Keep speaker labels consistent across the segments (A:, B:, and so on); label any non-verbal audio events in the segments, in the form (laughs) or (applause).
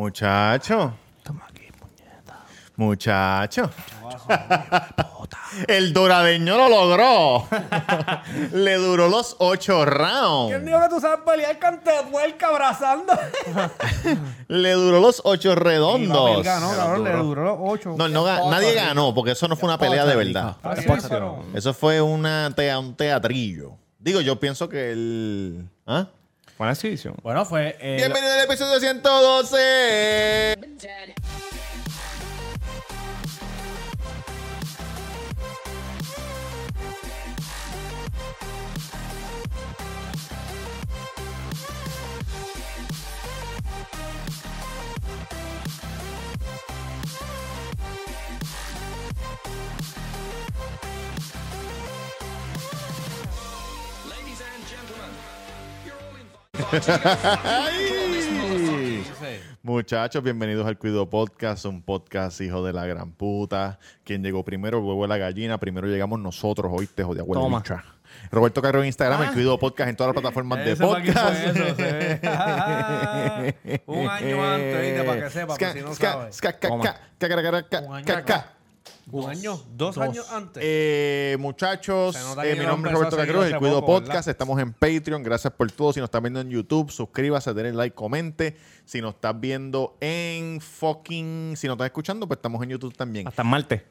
A: Muchacho. Muchacho. El doradeño lo logró. Le duró los ocho
B: ¿Quién
A: rounds.
B: dijo que tú sabes pelear con Tetuelca abrazando?
A: Le duró los ocho redondos.
B: Él ganó, cabrón, le
C: duro.
B: duró los ocho. Ah,
A: No, no ga- nadie ganó porque eso no fue una pelea de verdad.
B: Así
C: Después
B: es,
C: se
B: pero-
A: Eso fue una tea- un teatrillo. Digo, yo pienso que el... ¿Ah?
C: Buena decisión.
D: Bueno, fue. eh,
A: Bienvenido al episodio 112. ¡Ay! Muchachos, bienvenidos al Cuido Podcast, un podcast hijo de la gran puta. Quien llegó primero, el huevo de la gallina. Primero llegamos nosotros, oíste, jodía huevo
C: Toma. Ah.
A: bicha. Roberto Carrero en Instagram, el Cuido Podcast en todas las plataformas de
D: ese fue aquí,
A: podcast.
D: fue eso, sí.
B: (laughs) Un año antes, ¿viste? Para que sepa,
A: Ska,
B: por si no
A: ska,
B: sabes.
A: ska, ca,
C: Toma.
A: ca, ca, ca, ca, ca,
B: Un año
A: ca, ca.
B: acá. Un año, dos, años antes.
A: Eh, muchachos,
B: Se nota
A: eh,
B: que
A: mi
B: lo
A: nombre es
B: empezó
A: Roberto
B: a seguir
A: Cacruz, el
B: hace
A: Cuido
B: poco,
A: Podcast. Estamos en Patreon. Gracias por todo. Si nos están viendo en YouTube, suscríbase, denle like, comente. Si nos estás viendo en fucking. Si nos estás escuchando, pues estamos en YouTube también.
C: Hasta Marte.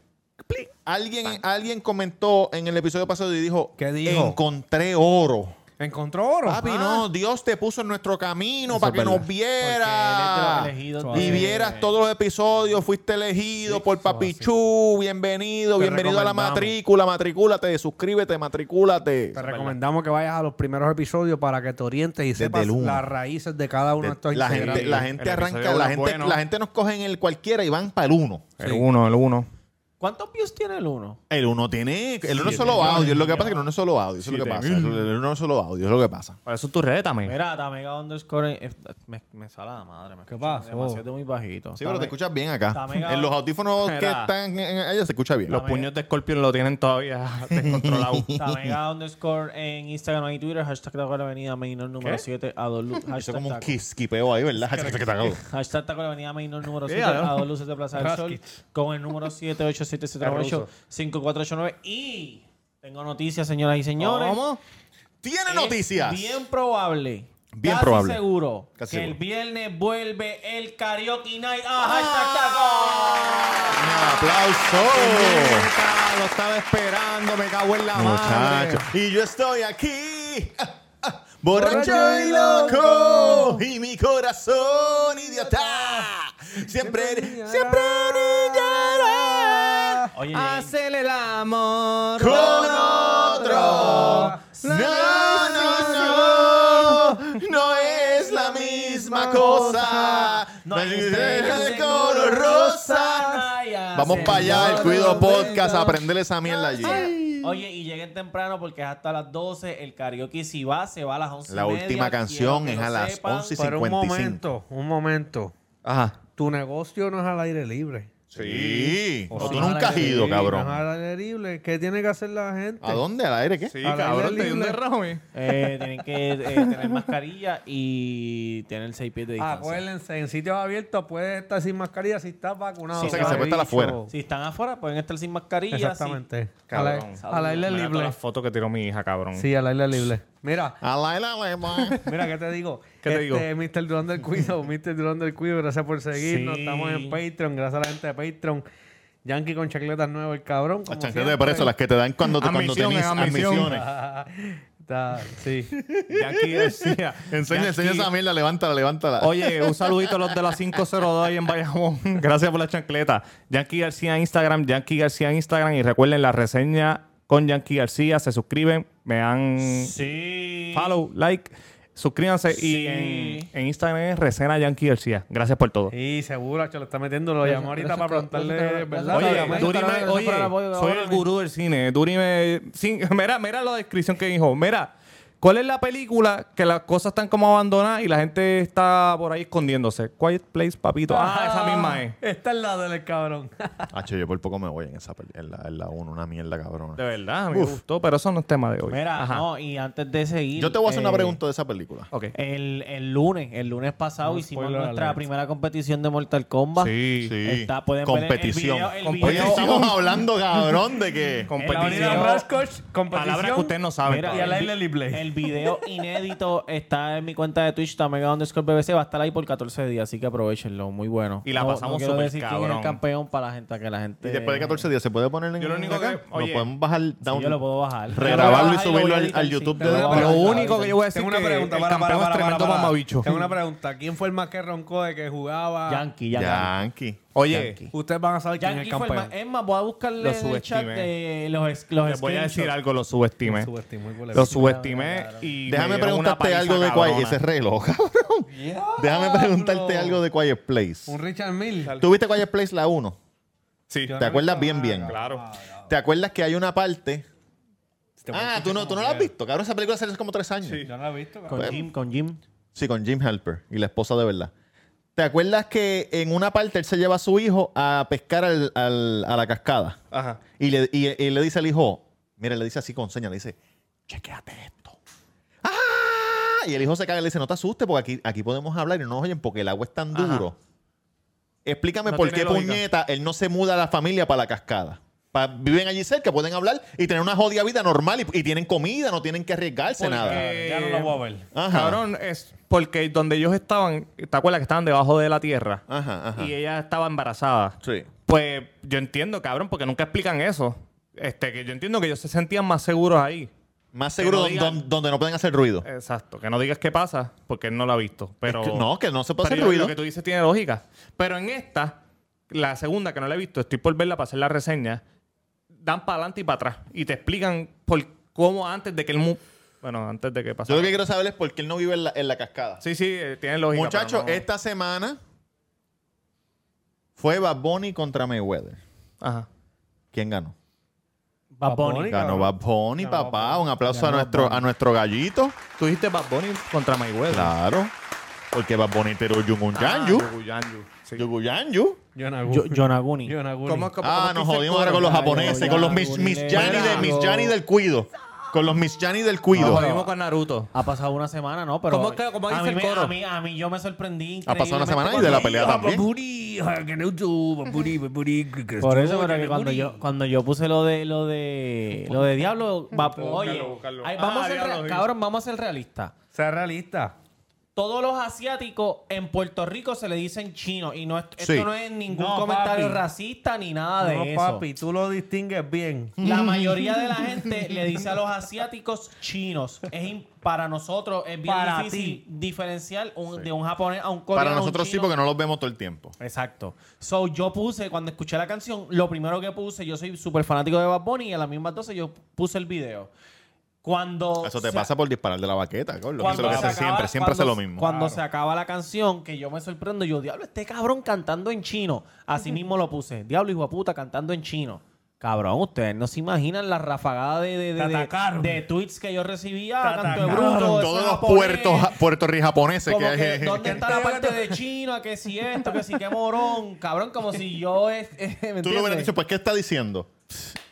A: Alguien, alguien comentó en el episodio pasado y dijo:
B: ¿Qué dijo?
A: Encontré oro.
B: Encontró oro.
A: Papi,
B: Ah,
A: no, Dios te puso en nuestro camino
C: Eso
A: para
C: es
A: que nos
C: verdad.
A: viera.
D: Porque él es de los elegidos
A: Y
D: de-
A: vieras todos los episodios, fuiste elegido por Papichu, bienvenido,
B: Te
A: bienvenido a la
B: recomendamos.
A: matrícula, matricúlate, suscríbete, matricúlate.
B: Te recomendamos que vayas a los primeros episodios para que te orientes y sepas
A: el uno.
B: las raíces de cada uno de, estos
A: La gente,
B: integrantes.
A: la gente
C: El
A: arranca,
C: episodio
A: la
C: es
A: gente,
C: bueno.
A: la gente nos coge en el cualquiera y van para el uno.
C: El 1, el 1.
D: ¿Cuántos views tiene el uno?
A: El uno tiene, el uno es solo audio, es lo que pasa que el uno es solo audio, eso es lo que pasa. El uno es solo audio, es lo que pasa.
C: Por eso es tu red
A: Eh.
C: también.
D: Mira, Tamega underscore. eh, Me, me sale la madre. Me ¿Qué
B: pasó?
D: Demasiado muy bajito.
A: Sí, pero te
D: Tame-
A: escuchas bien acá.
D: Está mega-
A: En los audífonos que
C: Mira.
A: están en- en ella se escucha bien.
C: Los puños de Scorpion lo tienen (laughs) todavía descontrolado.
D: Tamega underscore en Instagram y Twitter. Hashtag Taco de la Avenida Mainor número 7 a dos luces.
A: Eso es
D: Hashtag
A: como un
D: Taco.
A: quisquipeo ahí, ¿verdad?
D: Hashtag Taco de la Avenida
A: (laughs)
D: Mainor número
C: Sí,
D: 7
C: ¿no?
D: a dos luces de Plaza del Sol. Con el número 787-738-5489. Y tengo noticias, señoras y señores.
A: Tiene
D: Es
A: noticias.
D: Bien probable.
A: Bien
D: casi
A: probable.
D: seguro
A: Casi
D: que
A: seguro.
D: el viernes vuelve el Karaoke Night a Hashtag Taco.
A: Un aplauso.
C: Puñeta, Lo estaba esperando, me cago en la madre.
A: Muchachos. Y yo estoy aquí. ah, ah, (laughs) Borracho y loco.
B: loco.
A: Y mi corazón idiota. Siempre,
B: brillará.
A: siempre brillará
D: Oye,
C: Hacele el amor.
A: con otro. No, no, no. No es la misma cosa. No es el color rosa. Vamos para allá, el Cuido Podcast, a aprenderle esa mierda allí.
D: Oye, y lleguen temprano porque es hasta las 12. El karaoke, si va, se va a las 11. y
A: La
D: media.
A: última canción
D: Quiero que
A: es
D: lo
A: a las
D: sepan.
A: 11 y
B: Pero un
A: 55.
B: momento, un momento.
C: Ajá.
B: Tu negocio no es al aire libre.
A: Sí. O
D: sí.
A: tú nunca has ido,
B: Sí, No es
A: cabrón. Ah,
B: al aire libre. ¿Qué tiene que hacer la gente?
A: ¿A dónde? ¿Al aire qué?
C: Sí,
B: Al aire
C: cabrón, te dio un
B: libre.
C: derrame.
D: Eh, tienen que eh, tener mascarilla y tener 6 pies de
B: Ah,
D: distancia.
B: Acuérdense, en sitios abiertos puedes estar sin mascarilla si estás vacunado.
D: Sí, o sea, que se
A: puede estar
B: Bicho.
A: afuera.
D: Si están afuera, pueden estar sin mascarilla. si-
B: Exactamente. Al
C: Cabrón.
B: aire- Al aire
C: Mira todas
B: libre.
C: las fotos que tiró mi hija, cabrón.
B: Sí, al aire libre. Mira,
A: Al aire, al aire, (laughs) man.
B: Mira, ¿qué te digo?
C: ¿Qué te
B: este, Mr. Durán
C: (laughs)
B: del Cuido, Mr. Durán del Cuido, gracias por seguirnos.
D: Sí.
B: Estamos en Patreon, gracias a la gente de Patreon. Yankee con chacletas nuevas, el cabrón.
A: Las
B: como
A: chancletas de
B: siempre.
A: preso, las que te dan cuando, te- cuando
C: Admisión,
A: tenés
C: admisión.
A: admisiones.
B: Está- sí.
C: Jackie decía.
A: Enseña,
C: Jackie-
A: enseña esa mierda, levántala, levántala.
C: Oye, un saludito a los de la 502 ahí en Bayamón. (laughs) Gracias por la chancleta. Yankee García en Instagram, Yankee García en Instagram. Y recuerden la reseña con Yankee García. Se suscriben, me dan
D: Sí.
C: follow, like, suscríbanse.
D: Sí.
C: Y en, en Instagram es Resena Yankee García. Gracias por todo.
B: Y seguro, Chacho, le está metiendo. Lo llamó ahorita para preguntarle, ¿verdad?
C: Oye,
B: Chacho,
C: Duri me-
D: gracias por el apoyo,
C: oye, soy el
D: cabrones.
C: (laughs) gurú del cine. Duri me- sí, mira, mira la descripción que dijo. Mira, ¿Cuál es la película que las cosas están como abandonadas y la gente está por ahí escondiéndose? Quiet Place, papito. Ah, esa misma es.
B: Está al lado del cabrón.
A: Hacho, yo por poco me voy en esa peli- en la, en la 1, una mierda cabrona.
C: De verdad, me gustó, pero eso no es tema de hoy.
D: Mira,
C: Ajá.
D: no, y antes de seguir.
A: Yo te voy a hacer una
D: eh,
A: pregunta de esa película.
C: Ok.
D: El, el lunes, el lunes pasado
B: No,
D: hicimos
B: spoiler
D: nuestra
B: alert.
D: primera competición de Mortal Kombat.
C: Sí.
D: Está, pueden ver el- el
A: competición.
D: video- el
A: Oye,
D: video-
A: estamos hablando, cabrón, de (laughs) que.
B: En la avenida
D: Competición.
B: Rascosh, competición.
C: Palabras que ustedes no saben.
D: Mira,
B: Y
C: todavía.
B: al aire
D: el-
B: libre.
D: El
B: (laughs)
D: video inédito está en mi cuenta de Twitch, Tamega underscore BBC. Va a estar ahí por 14 días, así que aprovechenlo. Muy bueno.
C: Y la pasamos
D: quiero
C: súper
D: decir quién es
C: cabrón.
D: el campeón para la gente, que la gente...
A: Y después de 14 días se puede poner en.
C: Yo lo único
A: acá?
C: que-
A: este, Lo
C: oye.
A: podemos bajar.
D: Sí,
A: down-
D: yo lo puedo bajar.
A: Regrabarlo y
D: Yo lo voy a
A: subirlo
D: bajar
A: al-
D: y lo voy a
A: al
D: editar,
A: YouTube
D: sí.
A: de-
D: Lo voy a
A: Lo
D: bajar,
C: Lo
D: lo voy a
C: único que
D: editar.
C: yo voy a decir es
B: Tengo una
C: que
B: pregunta.
C: el
B: para, para,
C: campeón es
B: para, para,
C: tremendo
B: para.
C: mamabicho.
B: Tengo una pregunta. ¿Quién fue el más que roncó de que jugaba?
D: Yankee, Yankee.
A: Yankee.
C: Oye,
B: Ustedes van a saber quién es el
D: Yankee fue el
B: campeón.
D: más... Es más, voy a buscarle
C: Lo
D: en el chat
C: subestimé.
D: de los, los
C: les voy a decir
D: screenshots.
C: algo, lo subestimé.
B: Subestimó el
C: Lo
B: culebro.
C: subestimé y
A: Déjame
C: me dieron una
A: preguntarte
C: paliza
A: algo de
C: cabrona.
A: Quiet. Ese reloj, cabrón. Déjame preguntarte algo de Quiet Place.
B: Un Richard Mill.
A: ¿Tú viste Quiet Place la 1?
C: Sí,
A: ¿Te acuerdas bien, bien?
C: claro.
A: ¿Te acuerdas que hay una parte?
B: Te voy a
A: Ah,
B: decir
A: tú no,
B: que
A: tú no la has visto, cabrón. Esa película salió hace como tres años.
B: Yo no la he visto. cabrón.
D: Con Jim, con Jim.
A: Sí, con Jim Halper y la esposa de verdad. ¿Te acuerdas que en una parte él se lleva a su hijo a pescar al- al- a la cascada?
C: Ajá.
A: Y le, y- y le dice al hijo, mira, le dice así con señas, le dice, chequéate esto. ¡Ah! Y el hijo se caga y le dice, no te asustes porque aquí, aquí podemos hablar y no nos oyen porque el agua es tan duro. Explícame
C: No
A: por
C: tiene
A: qué
C: lógica.
A: puñeta él no se muda a la familia para la cascada. Pa- viven allí cerca, pueden hablar y tener una jodida vida normal y, y tienen comida, no tienen que arriesgarse nada.
C: Porque-
B: Ya no la voy a ver.
A: Ajá.
C: Cabrón, es porque donde ellos estaban, ¿te acuerdas que estaban debajo de la tierra?
A: Ajá, ajá.
C: Y ella estaba embarazada.
A: Sí.
C: Pues yo entiendo, cabrón, porque nunca explican eso. Este, que yo entiendo que ellos se sentían más seguros ahí.
A: Más seguro
C: no
A: don-
C: digan-
A: don- donde no pueden hacer ruido.
C: Exacto. Que no digas qué pasa, porque él no lo ha visto. Pero.
A: Que- no, que no se puede
C: Pero
A: hacer
C: yo-
A: ruido.
C: Pues Lo que tú dices tiene lógica. Pero en esta, la segunda que no la he visto, estoy por verla para hacer la reseña, dan para adelante y para atrás. Y te explican por cómo antes de que el... mu- Bueno, antes de que
A: Yo
C: pasara.
A: lo que quiero saber es por qué él no vive en la, en la cascada.
C: Sí, sí, eh, tiene lógica.
A: Muchachos,
C: pero no-
A: esta semana fue Bad Bunny contra Mayweather.
C: Ajá.
A: ¿Quién ganó?
D: Bad Bunny.
B: Bunny.
A: Ganó
B: cabrón.
A: Bad Bunny,
B: Ganó Bad
A: papá.
B: Bunny.
A: Un aplauso a
B: Ganó Bad
A: nuestro,
B: Bunny.
A: a nuestro gallito.
C: Tú dijiste Bad Bunny contra Mayweather.
A: Claro. Porque Bad Bunny pero Yungun
C: Ah,
A: Yanyu.
C: Yugu Yanyu, sí.
A: Yugu Yanyu.
B: Yonaguni.
D: Yo- Yonaguni.
B: Yonaguni.
C: ¿Cómo es que- cómo
A: Ah,
C: es que
A: nos
C: dice el
A: jodimos ahora
C: coro?
A: con los
D: Yanyu,
A: japoneses, con los Miss,
D: Yanyu,
A: Miss
D: Yanyu.
A: Yani de Miss Yani del Cuido. Con los Miss Yani del
C: Nos
A: Cuido.
C: jodimos con Naruto.
D: Ha pasado una semana, ¿no? Pero
C: ¿Cómo es que- cómo
D: a
C: dice
D: mí
C: el
D: me-
C: coro?
D: a mí, a mí yo me sorprendí.
A: Ha pasado una semana y de
D: increíblemente
A: la pelea también.
D: Por eso, pero que cuando yo, cuando yo puse lo de lo de lo de Diablo, va- oye,
C: buscarlo.
D: ahí vamos
C: Ah,
D: a ser,
C: Diablo,
D: re-
C: sí.
D: cabrón, vamos a ser realistas.
B: Sea realista.
D: Todos los asiáticos en Puerto Rico se le dicen chino y no es- esto
A: Sí.
D: no es ningún
B: No,
D: comentario
B: papi.
D: racista ni nada de
B: No,
D: eso.
B: papi, tú lo distingues bien. (laughs)
D: La mayoría de la gente le dice a los asiáticos chinos. Es im- para nosotros es bien
B: Para
D: difícil
B: ti.
D: diferenciar un- de un japonés a un coreano.
A: Para
D: a un
A: nosotros sí,
D: chino.
A: porque no los vemos todo el tiempo.
D: Exacto. So, yo puse, cuando escuché la canción, lo primero que puse, yo soy súper fanático de Bad Bunny y a las mismas 12 yo puse el video. Cuando...
A: Eso te
D: se-
A: pasa por disparar de la baqueta, cabrón. Eso es
D: cuando
A: lo que hace
D: se acaba-
A: siempre. Siempre hace
D: cuando-
A: lo mismo.
D: Cuando se acaba la canción, que yo me sorprendo, yo, diablo, este cabrón cantando en chino. Así mismo lo puse. Diablo, hijo de puta, cantando en chino. Cabrón, ustedes no se imaginan la rafagada de, de, de,
B: Te
D: de-
B: atacaron.
D: de tweets que yo recibía. tanto
B: Te
D: de
B: atacaron.
D: bruto,
A: Todos
D: eso
A: los
D: japonés,
A: puertos, puertorrijaponeses que
D: como
A: hay.
D: que,
A: (laughs)
D: ¿Dónde está la parte de China? Que si esto, que si qué morón. Cabrón, como si yo... Es, (laughs) eh, ¿me
A: Tú lo hubieras
D: entiendes?
A: dicho, pues, ¿qué está diciendo?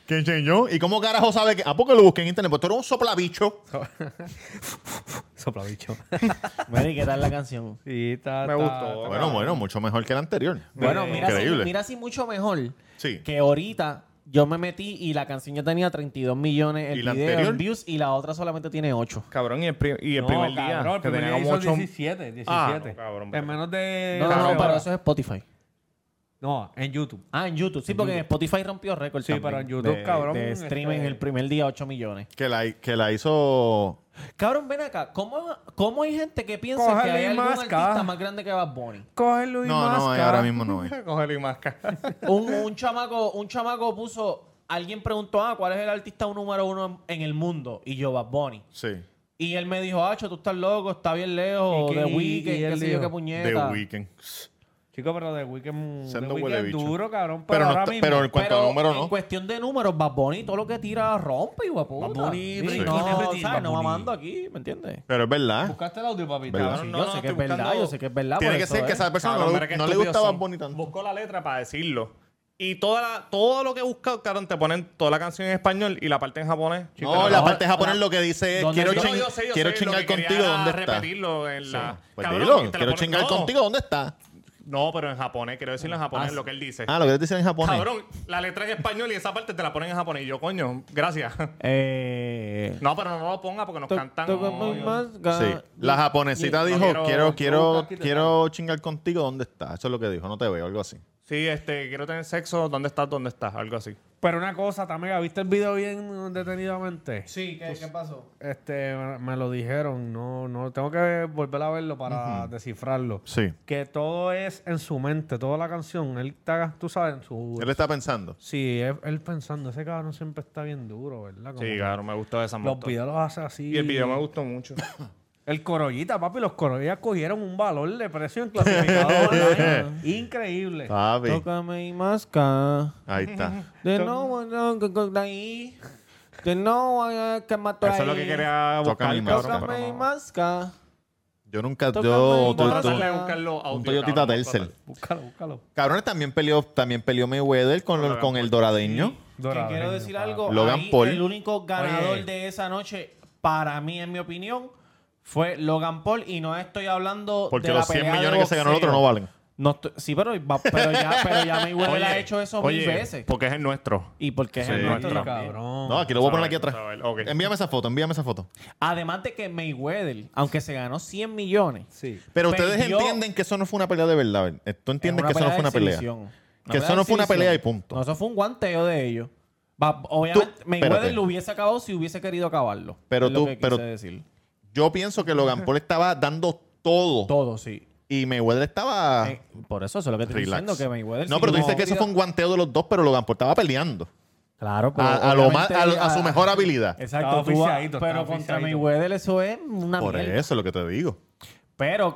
A: ¿Quién enseñó? ¿Y cómo carajo sabe que.? Ah, porque lo busqué en internet. Pues tú eres un soplabicho.
B: Sopla bicho.
D: Mira, ¿y qué tal la canción?
B: Sí, ta,
C: Me
B: ta,
C: gustó.
B: ta.
A: Bueno, bueno, mucho mejor que el anterior.
D: Bueno,
A: Eh,
D: mira si,
A: Increíble.
D: mira si mucho mejor
A: Sí.
D: que ahorita yo me metí y la canción ya tenía 32 millones el
A: ¿Y la
D: video
A: anterior?
D: en views y la otra solamente tiene 8.
C: Cabrón, y el, pri- y el
B: No,
C: primer día.
B: cabrón, el
C: que
B: primer día
C: teníamos
B: hizo
C: ocho-
B: 17, 17.
C: Ah, no, cabrón,
B: en
C: pero-
B: menos de...
D: No, no, no,
B: doce
D: pero
B: horas.
D: eso es Spotify.
B: No, en YouTube.
D: Ah, en YouTube. Sí, porque en Spotify rompió récord
B: Sí,
D: también
B: pero en YouTube,
D: de-
B: cabrón,
D: De streaming
B: este-
D: el primer día 8 millones.
A: Que la, que la hizo.
D: Cabrón, ven acá. ¿Cómo, cómo hay gente que piensa que
B: Cógele
D: hay algún
B: más,
D: artista
B: cabrón.
D: más grande que Bad Bunny?
B: Cógelo y
A: No, no,
B: masca.
A: ahora mismo no
C: (laughs)
A: es.
C: Cógelo y masca.
D: un, un chamaco, un chamaco puso... Alguien preguntó, ah, ¿cuál es el artista número uno en, en el mundo? Y yo, Bad Bunny.
A: Sí.
D: Y él me dijo, Acho, tú estás loco, está bien lejos,
B: ¿Y qué-
D: de
B: y- y
D: Weekend,
B: él
D: qué sé yo,
B: dijo?
D: qué
A: The
D: puñeta.
A: Weeknd.
B: Chico, pero de Weekend,
E: Sendo
B: The Weeknd
E: huele
B: es
E: bicho.
B: duro, cabrón. Pero,
E: Pero, no
B: ahora
E: está-
B: mismo-
E: pero en cuanto a número,
D: En
E: no.
D: cuestión de números, Bad Bunny, todo lo que tira rompe, hijo de puta.
F: Bad Bunny,
D: Sí,
F: Breaking
D: no,
F: Everything,
D: ¿sabes?
F: Bad
D: No
F: Bunny.
D: mamando aquí, ¿me entiendes?
A: Pero es verdad.
B: ¿Buscaste el audio, papito?
A: ¿Verdad?
D: Sí,
C: no,
D: yo
C: no,
D: sé que es
C: estoy
D: verdad,
C: buscando-
D: yo sé que es verdad.
A: Tiene
D: por
A: que
D: eso ¿eh?
A: ser que
D: es.
A: a esa persona
C: Cabrón,
A: no,
C: mira qué
A: le- no le
C: estúpidos
A: gustaba
C: son.
A: Bonnie tanto.
C: Buscó la letra para decirlo. Y toda la- todo lo que busca, cabrón, te ponen toda la canción en español y la parte en japonés. Chico,
A: No, la
D: no,
A: parte
D: la-
A: japonés lo que dice es
D: ¿Dónde
A: quiero,
D: yo-
A: ching-
C: yo sé, yo
A: quiero
C: sé, lo
A: chingar
C: que quería
A: contigo, ¿dónde
C: era
A: está?
C: repetirlo en la...
A: Sí. Pues
C: Cabrón,
A: dilo,
C: que te la
A: quiero
C: ponen- Este,
A: chingar
C: no.
A: contigo, ¿dónde está?
C: No, pero en japonés, quiero decirlo en japonés,
D: Ah,
C: lo que él dice.
A: Ah, lo que dicen en japonés.
C: Cabrón, la letra en español y esa parte te la ponen en japonés. Y yo, coño, gracias.
D: Eh,
C: No, pero no lo ponga porque nos
D: to-
C: cantan.
D: to-
C: No, yo-
D: más ga-
A: Sí. La japonesita dijo,
C: quiero-
A: quiero, quiero,
B: aquí te
A: quiero chingar contigo, ¿dónde está? Eso es lo que dijo, no te veo, algo así.
C: Sí, este, quiero tener sexo, ¿dónde estás? ¿Dónde estás? Algo así.
B: Pero una cosa, Tamega, ¿viste el video bien detenidamente?
D: Sí, ¿qué, qué pasó?
B: Este, me lo dijeron, no, no, tengo que volver a verlo para descifrarlo.
A: Sí.
B: Que todo es en su mente, toda la canción, él está, tú sabes, en su...
A: Él está pensando.
B: Sí, él, él pensando, ese cabrón siempre está bien duro, ¿verdad? Como
C: Sí, cabrón, me gustó esa
B: Los
C: moto.
B: videos los hace así.
C: Y el video me gustó mucho.
B: El Corollita, papi, los Corollitas cogieron un valor de precio en
C: (laughs)
B: clasificador. online. Increíble.
A: Papi.
D: Tócame y masca.
A: Ahí está.
D: De no, no, que- que- de ahí. De no, eh, que mató
C: Eso es lo
D: ahí.
C: que quería buscar,
A: Tócame,
C: cabrón,
A: tócame.
C: pero
D: Tócame y
C: no.
D: masca.
A: Yo nunca.
D: Tócame
A: Yo.
D: y
A: tú- tú-
D: más.
C: Tratarle de buscar los audios,
A: un Toyotita
C: cabrón,
A: Tercel.
B: Búscalo, búscalo.
A: Cabrones también peleó, también peleó Mayweather con, lo- con
C: pues,
A: el doradeño.
D: Que
B: Doradeño,
D: quiero decir
B: papi.
D: algo.
A: Logan
D: ahí
A: Paul.
D: El único ganador
B: Oye.
D: de esa noche, para mí, en mi opinión, fue Logan Paul. Y no estoy hablando
A: Porque
D: de la
A: los 100
D: pelea de
A: millones que se ganó el otro no
D: boxeo.
A: valen.
D: No estoy- sí, pero, va- pero ya, pero ya Mayweather
C: Oye,
D: ha hecho eso
C: oye,
D: mil veces.
C: Porque es el nuestro.
D: Y porque es
A: Sí,
D: el nuestro
B: Sí,
D: también.
B: cabrón.
A: No, aquí lo voy a poner aquí
C: Saber,
A: atrás.
C: saber, ok.
A: Envíame esa foto, envíame esa foto.
D: Además de que Mayweather, aunque se ganó 100 millones,
B: Sí.
A: Pero ustedes
D: Perdió.
A: entienden que eso no fue una pelea de verdad. ¿verdad? Tú entiendes
D: Era
A: que eso no
D: de
A: fue una pelea.
D: exhibición.
A: Que eso no fue una
D: de
A: pelea y
D: exhibición.
A: punto.
D: No, eso fue un guanteo de ellos. Va- obviamente,
A: Tú-
D: Mayweather
A: espérate.
D: lo hubiese acabado si hubiese querido acabarlo.
A: Pero
D: Es lo
A: tú-
D: que quise
A: pero-
D: decir.
A: Yo pienso que Logan Paul estaba dando todo,
D: Todo, sí.
A: y Mayweather estaba
D: Eh, por eso, eso es lo que estoy
A: Ah. relax.
D: diciendo, que Mayweather...
A: no,
D: sí
A: pero tú
D: tuvo-
A: dices que eso fue un guanteo de los dos, pero Logan Paul estaba peleando.
D: Claro, pero
A: a, a lo más,
D: obviamente
A: a, lo- a
D: ya-
A: su mejor habilidad.
D: Exacto,
B: Estaba
D: tú vas-
B: oficiadito,
D: pero
B: estaba
D: contra
B: oficiadito.
D: Mayweather eso es una
A: Por
D: mierda.
A: eso es lo que te digo.
D: Pero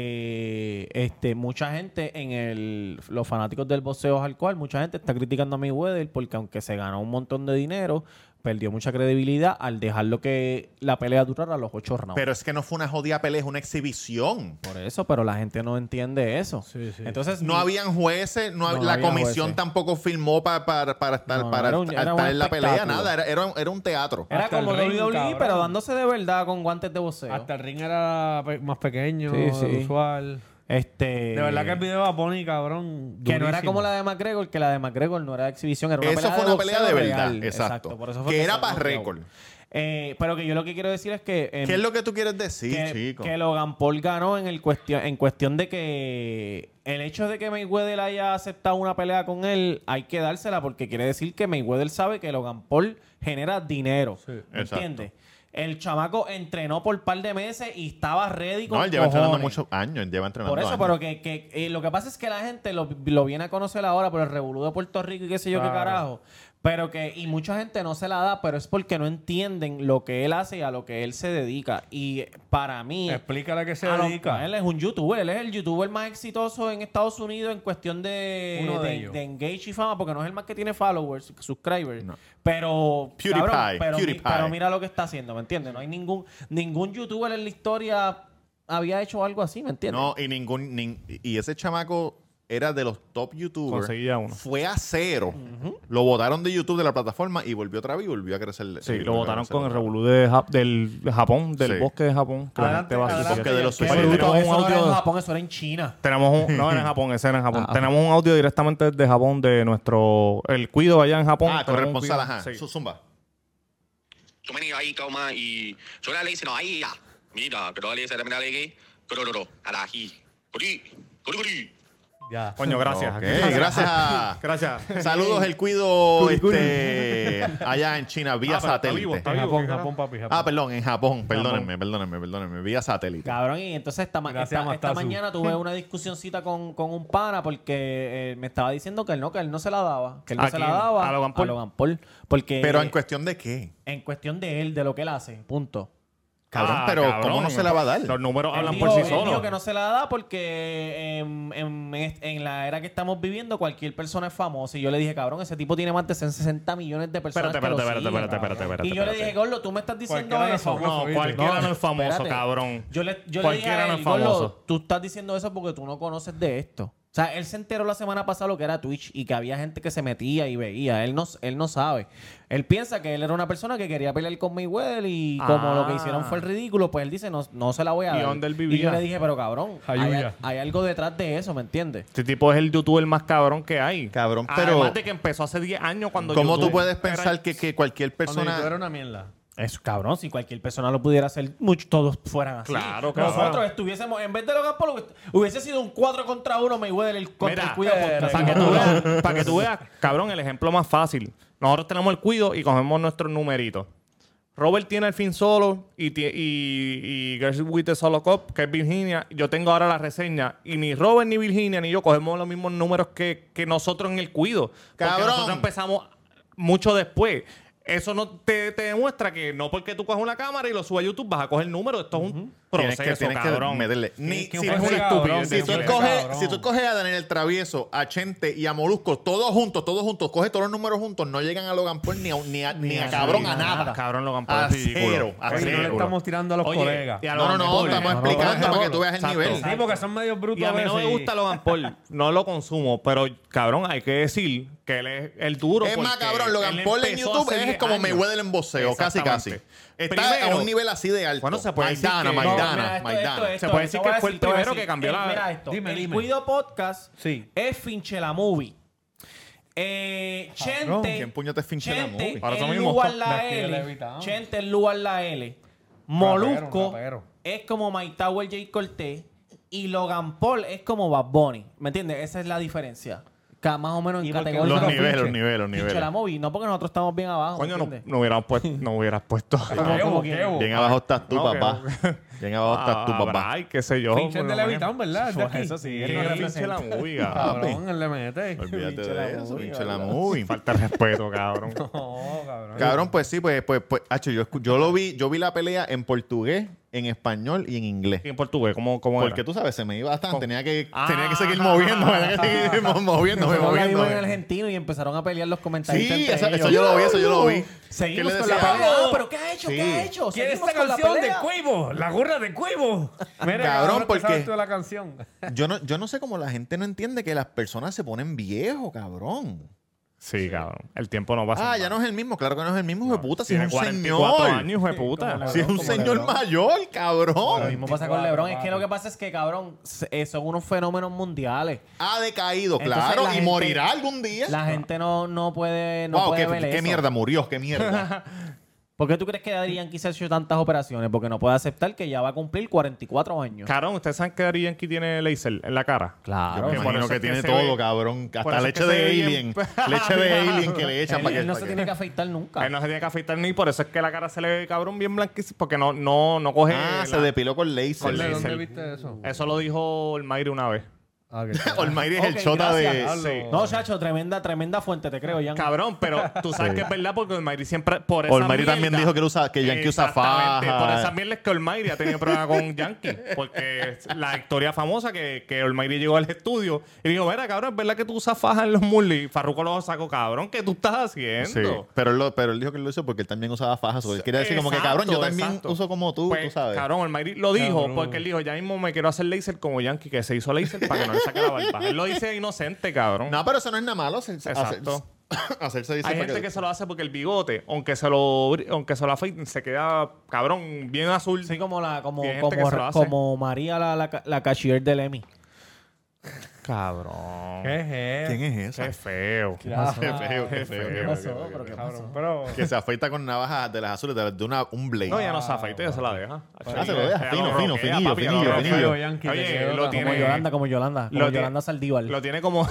D: que este, mucha gente en el, los fanáticos del boxeo hardcore, mucha gente está criticando a Mayweather porque aunque se ganó un montón de dinero, perdió mucha credibilidad al dejarlo que la pelea durara los ocho rounds.
A: Pero es que no fue una jodida pelea, es una exhibición.
D: Por eso, pero la gente no entiende eso. Entonces
A: No habían jueces, no, hab-
D: Mm. No, no
A: la
D: había
A: comisión
D: jueces.
A: tampoco filmó pa- para, para estar,
D: No, no,
A: para
D: era un-
A: estar-
D: era un
A: estar en la pelea,
D: espectáculo.
A: nada, era, era un, era un teatro.
D: era
B: Hasta
D: como
B: el ring,
D: WWE,
B: cabrón.
D: pero dándose de verdad con guantes de boxeo.
B: Hasta el ring era pe- más pequeño,
D: Sí, sí.
B: del usual.
D: este,
B: De verdad que el video va Bonnie, cabrón.
D: que no era
B: durísimo.
D: como la de McGregor, que la de McGregor no era de exhibición, era una
A: Eso
D: pelea
A: fue
D: de
A: una pelea de
D: boxeo
A: verdad,
D: real.
A: exacto.
D: por eso fue
A: que
D: se
A: era para
D: noqueó.
A: récord.
D: Eh, pero que yo lo que quiero decir es que... em,
A: ¿Qué es lo que tú quieres decir,
D: que,
A: chico?
D: que Logan Paul ganó en el cuestión en cuestión de que el hecho de que Mayweather haya aceptado una pelea con él hay que dársela porque quiere decir que Mayweather sabe que Logan Paul genera dinero ¿me
A: exacto.
D: ¿entiendes? el chamaco entrenó por par de meses y estaba ready con
A: No, él lleva entrenando
D: cojones.
A: muchos años, él lleva entrenando
D: por eso,
A: años.
D: pero que, que, eh, lo que pasa es que la gente lo, lo viene a conocer ahora por el revolú de Puerto Rico y qué sé yo qué
B: Claro.
D: carajo. Pero que, y mucha gente no se la da, pero es porque no entienden lo que él hace y a lo que él se dedica. Y para mí,
B: Explícale que se
D: a lo-
B: dedica.
D: Ah, él es un youtuber, él es el youtuber más exitoso en Estados Unidos en cuestión de,
B: Uno de
D: de,
B: ellos.
D: de engage y fama, porque no es el más que tiene followers, subscribers. Pero,
A: PewDiePie,
D: pero, mi-
A: PewDiePie.
D: pero mira lo que está haciendo, ¿me entiendes? No hay ningún, ningún youtuber en la historia había hecho algo así, ¿me entiendes?
A: No, y ningún. nin- y ese chamaco era de los top youtubers.
C: Conseguía uno.
A: Fue a cero. Lo votaron de YouTube de la plataforma y volvió otra vez y volvió a crecer. Ah,
C: Sí,
A: volvió
C: lo
A: a
C: votaron
A: crecer.
C: con el revolú de Ja- del Japón, del
A: Sí.
C: bosque de Japón. que la
B: Adelante,
C: gente va a hacer
B: adelante.
A: Porque de los
B: Qué
A: suicidios-
C: bruto.
D: Eso
C: un
D: no era en
C: audio-
D: Japón, eso era en China.
C: Tenemos un,
A: (laughs)
C: no era en Japón, ese era en Japón.
D: Ah,
C: Tenemos un audio directamente desde Japón de nuestro el cuido allá en Japón.
A: Ah,
C: Tenemos un
A: corresponsal,
C: cuido.
A: ajá.
C: Sí.
A: Su- Zumba.
G: Tumeni ahí toma y sola le dicen ahí ya. Mira, pero le dice la ley, cororo, arahi. Cori, cori, cori.
B: Ya.
C: Coño, gracias.
A: Ok, gracias.
C: (laughs)
A: a-
C: Gracias.
A: Saludos, el cuido
C: Curi, curi.
A: este,
C: (laughs)
A: allá en China, vía
C: Ah, pero está
A: satélite.
C: vivo, está
B: En
C: vivo.
B: Japón,
C: ¿qué cara?
B: Japón, papi, Japón.
A: Ah, perdón, en Japón. Perdónenme, perdónenme, perdónenme. Vía satélite.
D: Cabrón, y entonces esta, ma-
B: Gracias,
D: esta, esta
B: Mastazu.
D: mañana tuve una discusioncita con, con un pana porque eh, me estaba diciendo que él no, que él no se la daba. Que él no
C: ¿A
D: se la
C: quién?
D: daba
C: ¿A Logan Paul?
D: Paul, porque
A: Pero en cuestión de qué?
D: en cuestión de él, de lo que él hace, punto.
A: Cabrón,
C: Ah,
A: pero
C: cabrón.
A: ¿cómo no se la va a dar?
C: Los números
D: Él
C: hablan
D: dijo-
C: por sí
D: él dijo
C: solos.
D: que no se la da porque en, en también es- en la era que estamos viviendo, cualquier persona es famosa. Y yo le dije, cabrón, ese tipo tiene más de 60 millones de personas.
C: Espérate,
D: que lo
C: espérate, espérate,
D: siguen".
C: espérate, espérate, espérate,
D: Y yo le
C: espérate.
D: dije, Gorlo, tú me estás diciendo
B: Cualquiera de
D: eso.
B: famosos,
C: No,
B: ¿viste?
C: cualquiera no es famoso,
D: Espérate.
C: cabrón.
D: Yo le, yo le dije
C: Cualquiera
D: a
C: no
D: él,
C: es
D: "Gordo,
C: famoso".
D: tú estás diciendo eso porque tú no conoces de esto. O sea, él se enteró la semana pasada lo que era Twitch y que había gente que se metía y veía. Él no, él no sabe. Él piensa que él era una persona que quería pelear con Mayweather y como
C: Ah.
D: lo que hicieron fue el ridículo, pues él dice, no, no se la voy a
C: ¿Y
D: dar.
C: dónde él vivía?
D: Y yo le dije, pero cabrón, hay,
B: Ayuya.
D: hay algo detrás de eso, ¿me entiendes?
C: Este tipo es el youtuber más cabrón que hay.
A: Cabrón, pero-
C: Además de que empezó hace 10 años cuando
A: ¿Cómo
C: YouTube
A: tú puedes
C: era-
A: pensar que, que cualquier
B: Cuando
A: persona...
B: yo era una mierda.
D: Eso, cabrón, si cualquier persona lo pudiera hacer, muchos, todos fueran así.
C: Claro, cabrón.
D: Nosotros estuviésemos, en vez de Logan Paul, hubiese sido un 4 contra 1 Mayweather el contra
C: Mira, eh,
D: el cuidado.
C: para que, tú veas, para que tú veas, cabrón, el ejemplo más fácil. Nosotros tenemos el cuido y cogemos nuestros numeritos. Robert tiene el fin solo y, tie- y, y Girls with the Solo Cop, que es Virginia. Yo tengo ahora la reseña. Y ni Robert, ni Virginia, ni yo cogemos los mismos números que, que nosotros en el cuido.
A: Cabrón.
C: Porque nosotros empezamos mucho después. Eso no te, te demuestra que no porque tú coges una cámara y lo subes a YouTube vas a coger números. Esto es un
A: Tienes
C: proceso,
A: que, tienes que
C: cabrón.
A: meterle. Ni-
B: Tienes que
A: si,
B: un
A: tú-
B: juego,
A: si-
B: cabrón,
A: si tú
B: tienes que-
A: coges,
B: cabrón.
A: si tú coges a Daniel el Travieso, a Chente y a Molusco, todos juntos, todos juntos, coges todos los números juntos, no llegan a Logan Paul ni a, ni a- ni a
D: a
A: cabrón,
D: nadie,
A: a nada.
C: Cabrón, Logan Paul
A: A
C: es ridículo.
A: cero, a
C: Es
B: Porque no le
A: cero.
C: ridículo.
B: estamos tirando a los
C: Oye,
B: colegas.
C: y a
A: No, no,
C: Logan
A: no,
C: Paul,
A: estamos
C: no, no,
A: explicando
C: no,
A: para que
C: no,
A: tú veas el
C: exacto.
A: nivel.
B: Sí, porque son medios brutos.
C: Y a mí no
B: veces
C: me gusta Logan Paul, no lo consumo, pero cabrón, hay que decir que él es el duro.
A: Es más
C: porque
A: cabrón, Logan
C: él
A: Paul en
C: empezó
A: YouTube
C: hace
A: es
C: 10
A: como
C: años.
A: Mayweather en boxeo, casi casi.
C: Exactamente.
A: Está
C: Primero,
A: a un nivel así de alto.
C: Bueno, se puede decir
A: Maidana,
C: que-
A: Maidana,
D: No, mira, esto,
A: Maidana.
D: esto, esto,
C: Se puede
D: esto,
C: decir
D: voy a
C: que fue el
D: decirte, voy a
C: primero
D: decir.
C: que cambió
D: Eh,
C: la-
D: Mira esto.
B: Dime,
D: el
B: dime.
D: Cuido Podcast
B: Sí.
D: es Finchela Movie. Eh,
A: Cabrón,
D: Chente.
A: ¿quién puñeta es Finchela
D: Chente,
A: Movie?
C: Para eso
D: el
C: mismo.
D: lugar la
B: Vestido de
D: L.
B: levitado.
D: Chente, el lugar la L. Molusco
B: rapero.
D: es como Mike Tower J. Cortés. Y Logan Paul es como Bad Bunny. ¿Me entiendes? Esa es la diferencia. Cada más o menos en
B: ¿Y por qué
D: categoría.
A: Los
B: Pinche.
A: niveles, los niveles, los niveles.
D: Finchela Movie. No porque nosotros estamos bien abajo.
C: Coño,
D: ¿me
C: no,
D: entiendes?
C: no hubieras puesto. No hubieras puesto.
D: Como- como
B: qué
D: que-
B: bobo.
A: Bien abajo estás tú,
C: No, que-
A: papá. Bien abajo estás tú,
C: Ah,
A: papá.
C: Ay, qué sé yo.
B: Pinche
C: por
B: de
C: lo menos.
B: Levitown, ¿verdad? Es de
D: Pues
B: aquí.
D: eso sí,
B: Él no
C: Eh,
B: representa.
C: pinche la movida.
B: Cabrón, el MT.
A: (laughs) Olvídate
D: Pinche la
A: de eso,
D: movie,
A: pinche la
D: ¿verdad?
A: movie.
C: Falta de respeto, cabrón.
B: No, cabrón.
A: Cabrón, pues sí, pues, pues, pues, hacho, yo, escu- yo lo vi, yo vi la pelea en portugués, en español y en inglés.
C: ¿Y en portugués? ¿Cómo, cómo
A: Porque
C: era?
A: tú sabes, se me iba bastante, tenía que,
C: Ah.
A: tenía que seguir moviéndome,
D: (laughs)
A: tenía que seguir mo- moviéndome,
D: Nosotros la vimos en
A: moviéndome.
D: argentino y empezaron a pelear los comentarios.
A: Sí, eso, eso yo lo vi, eso yo lo vi. ¿Qué
D: Seguimos
A: le
D: con la
A: decía?
D: pelea. Ah, pero ¿qué ha hecho?
A: Sí.
D: ¿Qué ha hecho?
B: ¿Quién es
D: Seguimos
B: esta
D: con la
B: canción de
D: pelea.
B: Cuivo? La gorra de Cuivo. Mira,
A: Cabrón,
B: ¿qué
A: porque-
B: sabes tú de la canción?
A: Yo no, yo no sé cómo la gente no entiende que las personas se ponen viejo, cabrón.
C: Sí, cabrón. El tiempo no pasa.
A: Ah, ya no es el mismo, claro que no es el mismo, hijo de puta, si es
C: Tiene
A: un
C: 44
A: señor.
C: años, hijo de puta.
B: como
A: Si es un
B: Como
A: señor
B: Lebron.
A: mayor,
D: Lo
A: cabrón.
D: mismo pasa con
B: 24,
D: LeBron. Es que
B: papi.
D: lo que pasa es que, cabrón, se- eh, son unos fenómenos mundiales.
A: Ha decaído,
D: Entonces,
A: claro,
D: la
A: y
D: gente-
A: morirá algún día.
D: La gente no, no puede, no
A: wow,
D: puede
A: qué,
D: ver
A: qué
D: eso.
A: mierda, murió, qué
D: (laughs)
A: mierda.
D: ¿Por qué tú crees que Adrián Yankee se ha hecho tantas operaciones? Porque no puede aceptar que ya va a cumplir 44 años.
C: Cabrón, ¿ustedes saben que Daddy Yankee tiene laser en la cara?
A: Yo me
D: Claro.
C: Que por
A: Ah, imagino
C: eso
A: que
C: es que
A: tiene
C: se
A: todo,
C: ve-
A: cabrón.
C: por
A: Hasta
C: eso es
A: leche
C: que se
A: de
C: ve bien-
A: alien. (laughs) leche de alien que
C: (laughs)
A: le echan
D: Él,
A: para que.
D: él no
A: para
D: se
A: que-
D: tiene que afeitar nunca.
C: Él no se tiene que afeitar ni por eso es que la cara se le ve cabrón bien blanquísima porque no, no, no coge.
A: Ah, se
C: la-
A: depiló con laser.
C: Con
B: ¿De
C: laser.
B: dónde viste eso?
C: Eso lo dijo el Mayri una vez.
B: Ah, que está-
A: Olmairi es el
D: Ok,
A: chota
D: gracias.
A: de.
B: Hablo.
D: No, chacho, tremenda, tremenda fuente, te creo, Yankee.
C: Cabrón, pero tú sabes que es verdad porque Olmairi siempre por esa
A: Olmairi también
C: mierda-
A: dijo que, él usa, que Yankee usa
C: Exactamente,
A: faja.
C: Por esa mierda es que Olmairi ha tenido problema con Yankee. Porque es la historia famosa que, que Olmairi llegó al estudio y dijo: Mira, cabrón, es verdad que tú usas faja en los musli. Y Farruko lo sacó, cabrón, ¿qué tú estás
A: Sí,
C: haciendo?
A: pero, él lo- pero él dijo que él lo hizo porque él también usaba fajas. o él Quería decir como que,
C: Exacto,
A: cabrón, yo también
C: exacto.
A: uso como tú,
C: Pues,
A: tú sabes.
C: Cabrón, el Mayri lo dijo
B: Cabrón.
C: porque él dijo, ya mismo me quiero hacer laser como Yankee que se hizo laser para que no le saque la barba. él lo dice inocente, cabrón.
A: No, pero eso no es nada malo. hacer- hacer-
C: Exacto.
A: (laughs) Hacerse dice
C: Hay
A: para
C: gente que se lo hace porque el bigote, aunque se lo aunque se lo afeiten, se queda cabrón, bien azul.
D: Sí, como la, como,
C: Y hay gente que se lo
D: como,
C: hace.
D: como María, la, la, la cashier del Emmy.
C: Cabrón.
B: ¿Qué es eso?
A: ¿Quién es
C: (laughs) Qué
A: esa?
C: feo.
A: Qué (laughs) feo, qué feo, qué
D: ¿Qué
A: feo,
D: pasó?
A: qué feo,
D: ¿Pero
A: qué feo.
D: qué pasó?
B: Cabrón, pero...
A: Que se afeita con navajas de las azules, de, de una, un blade.
C: No, ya no se afeita, ya se la deja.
A: Ah, se lo deja,
C: Ya
A: fino, fino,
C: roquea,
A: finillo,
C: papi, ya
A: finillo,
C: lo roquea.
A: finillo.
B: Yankee, te
C: Oye,
B: quedó
C: lo
B: tan-
C: tiene
D: Como Yolanda, como Yolanda. Como
C: Lo tiene-
D: Yolanda Saldívar.
C: Lo
A: (laughs)
C: tiene como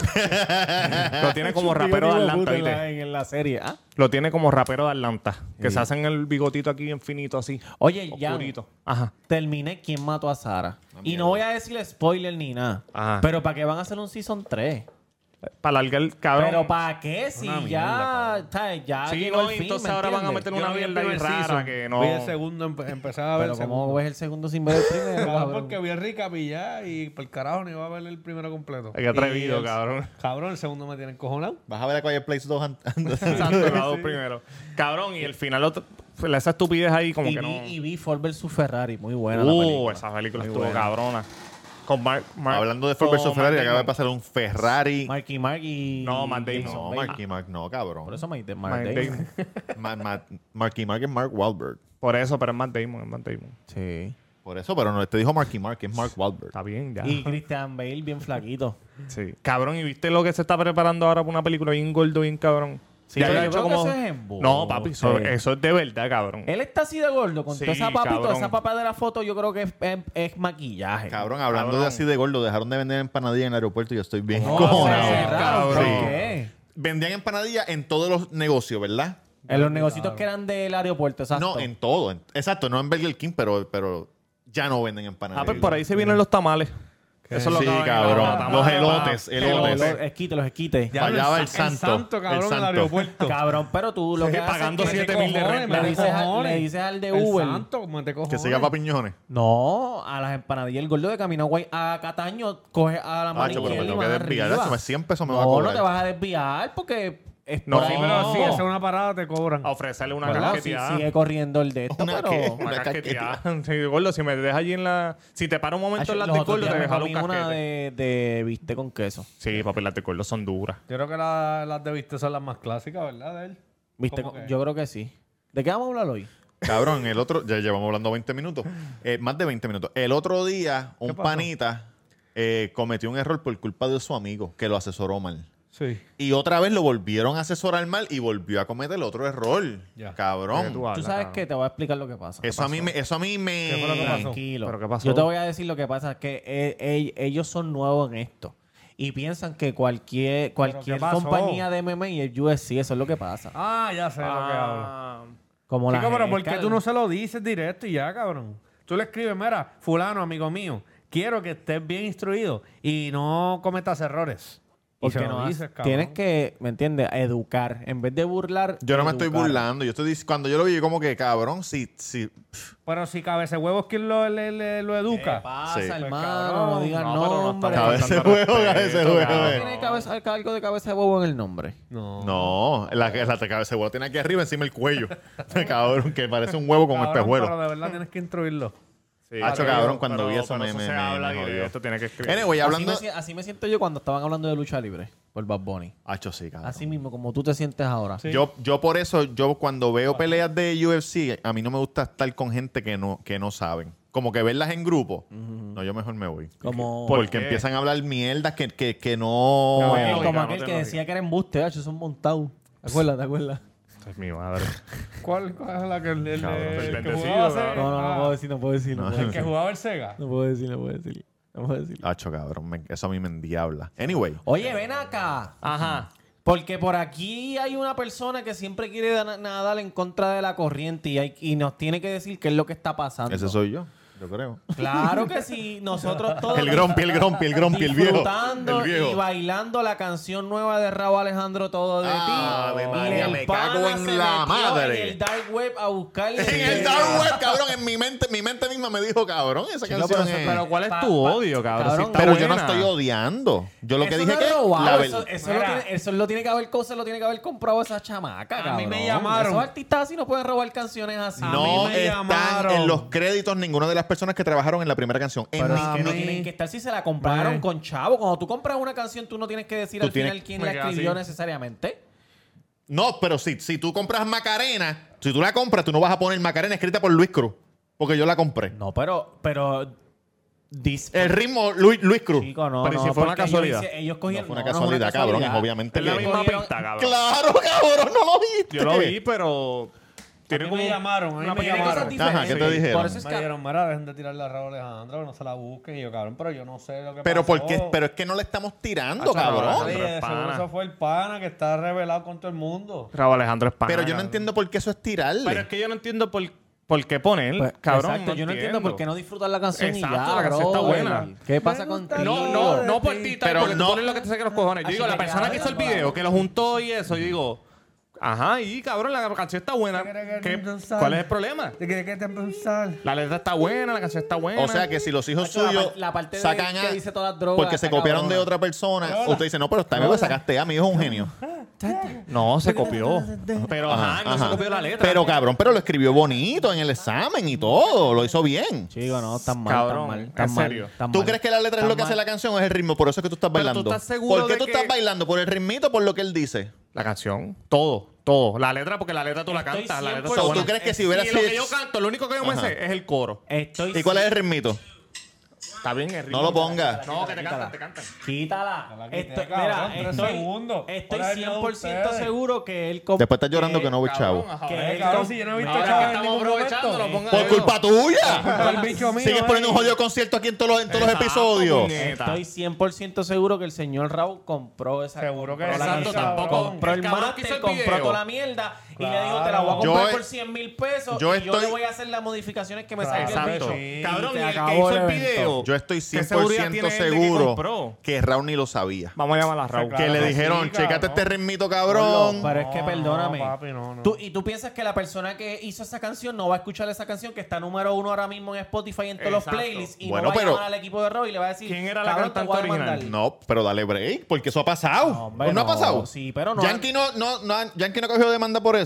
C: Lo tiene como rapero de
D: Yo digo,
C: Atlanta,
D: puta, en
C: ¿viste?
D: la- en la serie. ¿ah?
C: Lo tiene como rapero de Atlanta, que se hacen el bigotito aquí bien finito así.
D: Oye, ya
C: Oscurito. Ajá.
D: terminé quién mató a Sara. y no voy a decirle spoiler ni nada.
C: Ajá.
D: Pero para qué van a hacer un season 3.
C: para alargar, cabrón.
D: Pero ¿para qué? Si
B: Una
D: ya,
B: mierda,
D: ¿sabes? ya
C: Sí,
D: llegó
C: no,
D: el
C: y
D: fin,
C: entonces
D: ¿me
C: ahora van a
D: entiendes?
C: meter una
B: Yo vi el
C: mierda ahí
B: primer
C: rara
B: season,
C: que no.
B: Vi el segundo, empe- empezaba a ver
D: Pero
B: el
D: ¿cómo
B: segundo.
D: ves el segundo sin ver el
C: (laughs)
D: primero?
B: Cabrón,
D: cabrón?
B: porque vi el recap y ya, y por carajo no iba a ver el primero completo.
C: Ay, qué atrevido,
B: Y el-
C: cabrón.
B: Cabrón, el segundo me tiene encojonado.
A: Vas a ver a Quiet Place 2 an- (laughs) antes.
C: Exacto, los
D: (laughs)
C: dos primero. Cabrón, y el final, otro- pues, esa estupidez ahí como
D: y,
C: que no.
D: vi, y vi Ford vs Ferrari, muy buena la
C: Uh,
D: película.
C: esa película
D: Muy
C: estuvo
D: buena.
C: cabrona. Con Mark, Mark-
A: Hablando de Ford vs.
C: con
A: Ferrari,
C: Matt
A: acaba de
C: Damon.
A: pasar un Ferrari.
D: Marky Mark y...
C: No, Matt Damon.
D: Jason
A: No,
D: Bateman.
A: Marky Mark, no,
D: Por
A: cabrón.
D: eso Mark Damon.
C: Matt Damon.
A: Ma- ma- Marky Mark es Mark Wahlberg.
C: Por eso, pero es Matt Damon, es Matt Damon.
D: Sí.
A: Por eso, pero no te dijo Marky Mark, es Mark Wahlberg.
C: Está bien, ya.
D: Y Christian Bale bien flaquito.
C: Sí. Cabrón, ¿y viste lo que se está preparando ahora para una película bien gordo, bien cabrón?
D: Sí,
C: Ya
D: pero
C: lo
D: yo
C: he hecho
D: creo que eso es Eh, embuste.
C: No, papi, eso, eso es de verdad, cabrón.
D: Él está así de gordo, con
C: Sí,
D: toda esa papita,
C: cabrón.
D: esa papa de la foto, yo creo que es, es- es maquillaje.
A: Cabrón, hablando
C: Cabrón.
A: de así de gordo, dejaron de vender empanadillas en el aeropuerto y yo estoy bien
D: No,
A: cojonado.
D: se cerraron, ¿por
C: cabrón.
D: qué?
A: Vendían empanadillas en todos los negocios, ¿verdad?
D: En los negocios que eran del aeropuerto, exacto.
A: No, en todo. en- exacto, no en Burger King, pero, pero ya no venden empanadillas.
C: Ah, pues por ahí se vienen los tamales. Eso
A: Sí,
C: acaban de
A: cabrón.
C: inventar.
A: Los elotes,
C: Los
D: Los-
A: elotes.
D: los esquites, los esquites. Ah,
A: Ya. Fallaba el santo, el
B: cabrón, en
A: santo.
B: el aeropuerto.
D: Cabrón, pero tú lo
C: Sí,
D: que haces
C: pagando
D: es que-
C: siete mil de
B: Cojones,
C: renta.
B: me
D: Le
B: te
D: dices, a-
B: cojones.
D: le dices al de
B: El
D: Uber.
B: santo, me te
A: Que
B: cojones.
A: siga para piñones.
D: No, a las empanadillas. El gordo de Camino Guay a Cataño coge a la mano
A: Nacho, pero me
D: izquierda y
A: tengo
D: más
A: que desviar.
D: arriba.
A: Nacho, me 100 pesos me va a
D: No, no
A: cobrar.
D: te vas a desviar porque es
C: No, Oh.
D: por
C: sí,
D: ahí
C: pero
D: mismo.
B: Si haces una parada, te cobran.
C: A ofrecerle una
D: Bueno, sí,
C: casqueteada.
D: sigue corriendo el de esto,
A: Una
D: pero...
A: que-
C: (laughs)
D: (laughs)
C: Una
A: Una
C: casqueteada. Sí, gordo, si me dejas allí en la... Si te paro un momento
D: Acho,
C: en las
D: los
C: de
D: otros
C: gordo,
D: días
C: te
D: me
C: dejaron un
D: comí una
C: casquete.
D: de, de viste con queso.
C: Sí, papi, las de gordo son duras.
B: Yo creo que la- las de viste son las más clásicas, ¿verdad? De él.
D: Viste
B: ¿Cómo
D: con-
B: que?
D: Yo creo que sí. ¿De qué vamos a hablar hoy?
A: Cabrón, el otro, ya llevamos hablando 20 minutos, Eh, más de 20 minutos. El otro día, un
B: pasó?
A: panita eh, cometió un error por culpa de su amigo que lo asesoró mal.
B: Sí.
A: Y otra vez lo volvieron a asesorar mal y volvió a cometer el otro error.
B: Ya.
A: Cabrón.
C: Tú hablas,
D: Tú sabes
C: cabrón.
D: que te voy a explicar lo que pasa.
A: Eso a, mí me, eso a mí me.
B: ¿Qué fue lo que pasó?
D: Tranquilo.
C: ¿Pero qué pasó?
D: Yo te voy a decir lo que pasa, es que eh, eh, ellos son nuevos en esto. Y piensan que cualquier, cualquier
B: qué pasó?
D: compañía de MMA y el UFC, eso es lo que pasa.
B: Ah, ya sé lo que hablo.
C: Ah,
D: Como la
B: Chico, pero
D: gente-
B: ¿por qué tú no se lo dices directo y ya, cabrón? Tú le escribes, mira, fulano, amigo mío, quiero que estés bien instruido y no cometas errores. Y
D: Porque
B: se lo
D: no
B: dices,
D: haces-
B: cabrón.
D: Tienes que, ¿me entiendes? Educar. En vez de burlar.
A: Yo no me estoy
D: educar.
A: burlando. Yo estoy dic- cuando yo lo vi, yo como que, cabrón, si, si
B: Pero si cabece huevos, ¿quién lo, le- le- lo educa?
D: Pasa,
A: Sí.
D: hermano.
B: Pues, Cabrón,
D: No digas
C: no, pero no
D: nombre.
C: estamos
A: Cabeza
C: faltando
A: de huevo,
C: respeto,
A: cabeza de eh. huevo.
C: cabrón.
D: tiene cabeza, algo de cabeza de bobo en el nombre.
B: No.
A: No, la, la cabeza de huevo tiene aquí arriba encima el cuello. (laughs) cabrón, que parece un huevo con
B: Cabrón, Pero
A: espejuelo.
B: de verdad tienes que instruirlo.
C: Sí,
A: Hacho,
C: pero-
A: cabrón, cuando
C: pero-
A: vi eso
C: pero
A: me- me-
C: se
A: me-
C: habla
A: me jodió.
C: directo, tiene que escribir.
A: Anyway, hablando.
D: Así, me, si- así me siento yo cuando estaban hablando de lucha libre por Bad Bunny.
A: Hacho, sí, cabrón.
D: Así mismo, como tú te sientes ahora.
A: Yo, yo por eso, yo cuando veo peleas de UFC, a mí no me gusta estar con gente que no, que no saben. Como que verlas en grupo. No, yo mejor me voy.
D: Como,
A: Porque
C: qué?
A: empiezan a hablar mierdas que, que, que no...
C: No,
D: aquel-
C: no,
D: como
C: no,
D: aquel
C: no,
D: que
C: no,
D: decía que era embuste, ah, hacho, son montados. ¿Te acuerdas? ¿Te acuerdas?
C: Ay, mi madre.
B: ¿Cuál, cuál es la que el, el-
A: Cabrón,
B: el
A: el
B: que
C: bendecido,
B: jugaba hace-
C: cabrón.
D: No, no, no
B: ah,
D: puedo decir, no puedo decir. No,
A: No.
D: puedo
B: El que
D: decir.
B: jugaba el Sega.
D: No puedo decir, no puedo decir. No puedo decir.
A: Hacho, cabrón. me- eso a mí me endiabla. Anyway.
D: Oye, ven acá. Ajá. Porque por aquí hay una persona que siempre quiere da- nadar en contra de la corriente y, hay- y nos tiene que decir qué es lo que está pasando.
A: Ese soy yo. Yo
D: (laughs)
A: creo.
D: Claro que sí, nosotros todos.
A: El grompi, el grompi, el grompi, el viejo.
D: disfrutando
A: El
D: y
A: viejo.
D: bailando la canción nueva de Raúl Alejandro Todo de
A: Ah,
D: ti.
A: Ave
D: Y
A: María,
D: el
A: me
D: pana
A: cago en
D: se
A: la
D: metió
A: madre.
D: En el dark web a buscarle.
A: (laughs) En el dark web, cabrón. En mi mente, mi mente misma me dijo, cabrón, esa
D: Chico,
A: canción
D: pero-
A: es...
C: Pero ¿cuál es
D: Pa-
C: tu
D: pa-
C: odio, cabrón?
D: cabrón.
C: Si está
A: Pero yo no
C: buena.
A: estoy odiando. Yo lo que
D: Eso
A: dije
D: no
A: que...
D: es robado,
A: la ver-
D: eso, eso lo
B: Mira.
D: tiene, eso lo tiene que haber cosa, lo tiene que haber comprado esa chamaca,
B: A mí me
D: cabrón.
B: llamaron.
D: Esos artistas así no pueden robar canciones así.
B: A
A: No
B: mí me
A: están
B: llamaron.
A: en los créditos ninguna de las personas que trabajaron en la primera canción. En
D: Pero
A: mi-
D: es que no
B: mí-
D: tienen que estar si se la compraron
B: Vale.
D: con chavo. Cuando tú compras una canción, tú no tienes que decir
A: Tú
D: al
A: tienes-
D: final quién
C: Me
D: la
C: queda
D: escribió
C: así.
D: necesariamente.
A: No, pero si, si tú compras Macarena, si tú la compras, tú no vas a poner Macarena escrita por Luis Cruz. Porque yo la compré.
D: No, pero, pero dis-
A: El ritmo Luis, Luis Cruz.
D: Chico, no,
C: Pero
D: no,
C: si fue una
D: porque
C: casualidad.
D: Ellos, hice- ellos cogieron,
A: No fue una
D: no, no
A: casualidad, cabrón, es obviamente
C: Es la
A: que-
C: misma
D: Cogieron-
C: pista, cabrón.
A: Claro, cabrón, no lo viste.
C: Yo lo vi, pero...
B: A mí me llamaron, a mí me
D: Tiene
B: llamaron.
D: cosas diferentes.
A: Ajá, ¿qué te dijeron?
D: Por eso es
B: Me
D: que-
B: dijeron, mira, dejen de tirarle a Raúl Alejandro, que no se la busquen. Y yo, cabrón, pero yo no sé lo que
A: Pero,
B: pasó.
A: ¿por qué? pero es que no le estamos tirando,
C: Ah, chaval,
A: cabrón.
B: Sí,
C: Alejandro es
B: de
C: pana.
B: seguro eso fue el pana que está revelado con todo el mundo.
C: Raúl Alejandro es pana,
A: Pero yo no
C: cabrón.
A: entiendo por qué eso es
C: Pero es
A: tirarle.
C: que yo no entiendo por ¿Por qué poner?
D: Pues,
C: cabrón,
D: exacto, yo no entiendo por qué no disfrutan la canción
C: Exacto,
D: y ya,
C: la canción está
D: brother.
C: buena.
D: ¿Qué pasa con
B: gusta
C: No, no, no por ti, tal,
A: Pero
C: porque
A: no-
C: tú pones lo que te saque los cojones. Yo
D: Así
C: digo,
D: que
C: la persona que hizo el
D: cabrón,
C: video, que lo juntó y eso, yo digo, ajá, y cabrón, la canción está buena. ¿Qué- ¿Cuál es el problema?
B: ¿De qué, qué te pensar?
C: La letra está buena, la canción está buena.
A: O sea que si los hijos
D: Nacho, la
A: suyos
D: par- la parte de
A: sacan
D: que
A: A
D: dice todas las drogas,
A: porque se
D: está
A: copiaron de
D: cabrona.
A: otra persona, usted dice, no, pero está bien que sacaste A, mi hijo es un genio.
D: Ah,
C: No, se copió. Pero ajá, no se
A: ajá.
C: copió la letra.
A: Pero cabrón, pero lo escribió bonito en el examen y todo, lo hizo bien.
D: Chico, no, tan mal,
C: Cabrón,
D: tan mal,
C: en
D: tan mal,
C: serio.
D: tan
A: ¿Tú
D: mal.
A: crees que la letra es
D: Tan
A: lo que hace
D: mal.
A: la canción o es el ritmo? Por eso es que tú estás
C: Pero tú
A: bailando.
C: estás seguro
A: ¿Por qué
C: de
A: tú
C: que-
A: estás bailando? ¿Por el ritmito o por lo que él dice?
C: La canción, todo, todo. La letra, porque la letra tú la cantas. La letra está
A: 100%
C: buena.
A: ¿Tú crees que si hubiera
C: y
A: sido-
C: lo que yo canto, lo único que yo me
A: Ajá.
C: sé es el coro.
D: Estoy
A: ¿Y cuál es el ritmito?
C: Está bien el ritmo.
A: No lo pongas.
C: No, que te cantan, te cantan.
D: Quítala.
B: quité,
D: Estoy,
B: cabrón,
D: mira,
B: tres
D: estoy,
B: segundos.
D: estoy
B: Ahora venía
D: 100%
B: ustedes.
D: seguro que él... com-
A: Después estás llorando que no voy chavo.
C: Cabrón, ajá.
D: Que
B: Eh,
D: él
B: cabrón,
D: com-
B: si yo no he visto
C: Ahora
B: chavo
C: que
B: en
C: estamos
B: ningún
C: aprovechando,
B: momento.
C: lo pongan
A: Por
C: ahí.
A: culpa
B: Por
A: tuya.
B: el bicho mío,
A: Sigues poniendo
D: eh.
A: un
B: ahí.
A: jodido concierto aquí en todos los, en todos los
C: Exacto,
A: episodios.
C: puñeta.
D: Estoy 100% seguro que el señor Raúl compró esa
B: Seguro que
D: compró la
B: sí,
D: canción,
B: cabrón.
D: Compró el,
C: El cabrón que hizo
D: máster,
C: el
D: compró
C: video.
D: toda la mierda y le dijo, te la
B: Claro.
D: voy a
A: Yo
D: comprar
A: he-
D: por 100 mil pesos
A: yo
D: y yo le
A: estoy-
D: voy a hacer las modificaciones que me
B: Claro.
D: salgan
C: Exacto.
D: bicho.
B: Sí,
C: Cabrón,
D: te
C: y el que
D: acabó
C: hizo
D: el
C: el
D: evento.
C: video.
A: Yo estoy
C: ¿qué seguridad
A: 100%
C: tiene él de que
A: seguro
C: compró?
A: que Raúl ni lo sabía.
C: Vamos a llamar a Raúl.
B: Claro,
A: Que le
B: sí,
A: dijeron,
B: cabrón.
A: checate este ritmito,
D: Pero,
A: cabrón.
D: es que
B: No,
D: perdóname.
B: no, papi, no, no.
D: Tú- y tú piensas que la persona que hizo esa canción no va a escuchar esa canción que está número uno ahora mismo en Spotify y en todos
C: Exacto.
D: los playlists y
A: Bueno,
D: no va
A: pero-
D: a llamar al equipo de Raúl y le va a decir
C: ¿Quién era la
D: "Cabrón, te
C: cantante
D: voy a
C: original?
D: demandar".
A: No, pero dale break, porque eso ha pasado.
D: No,
A: No,
D: hombre,
A: ha
D: no.
A: pasado?
D: Sí, pero no
A: Yankee no, no, no han- Yankee no cogió demanda por eso.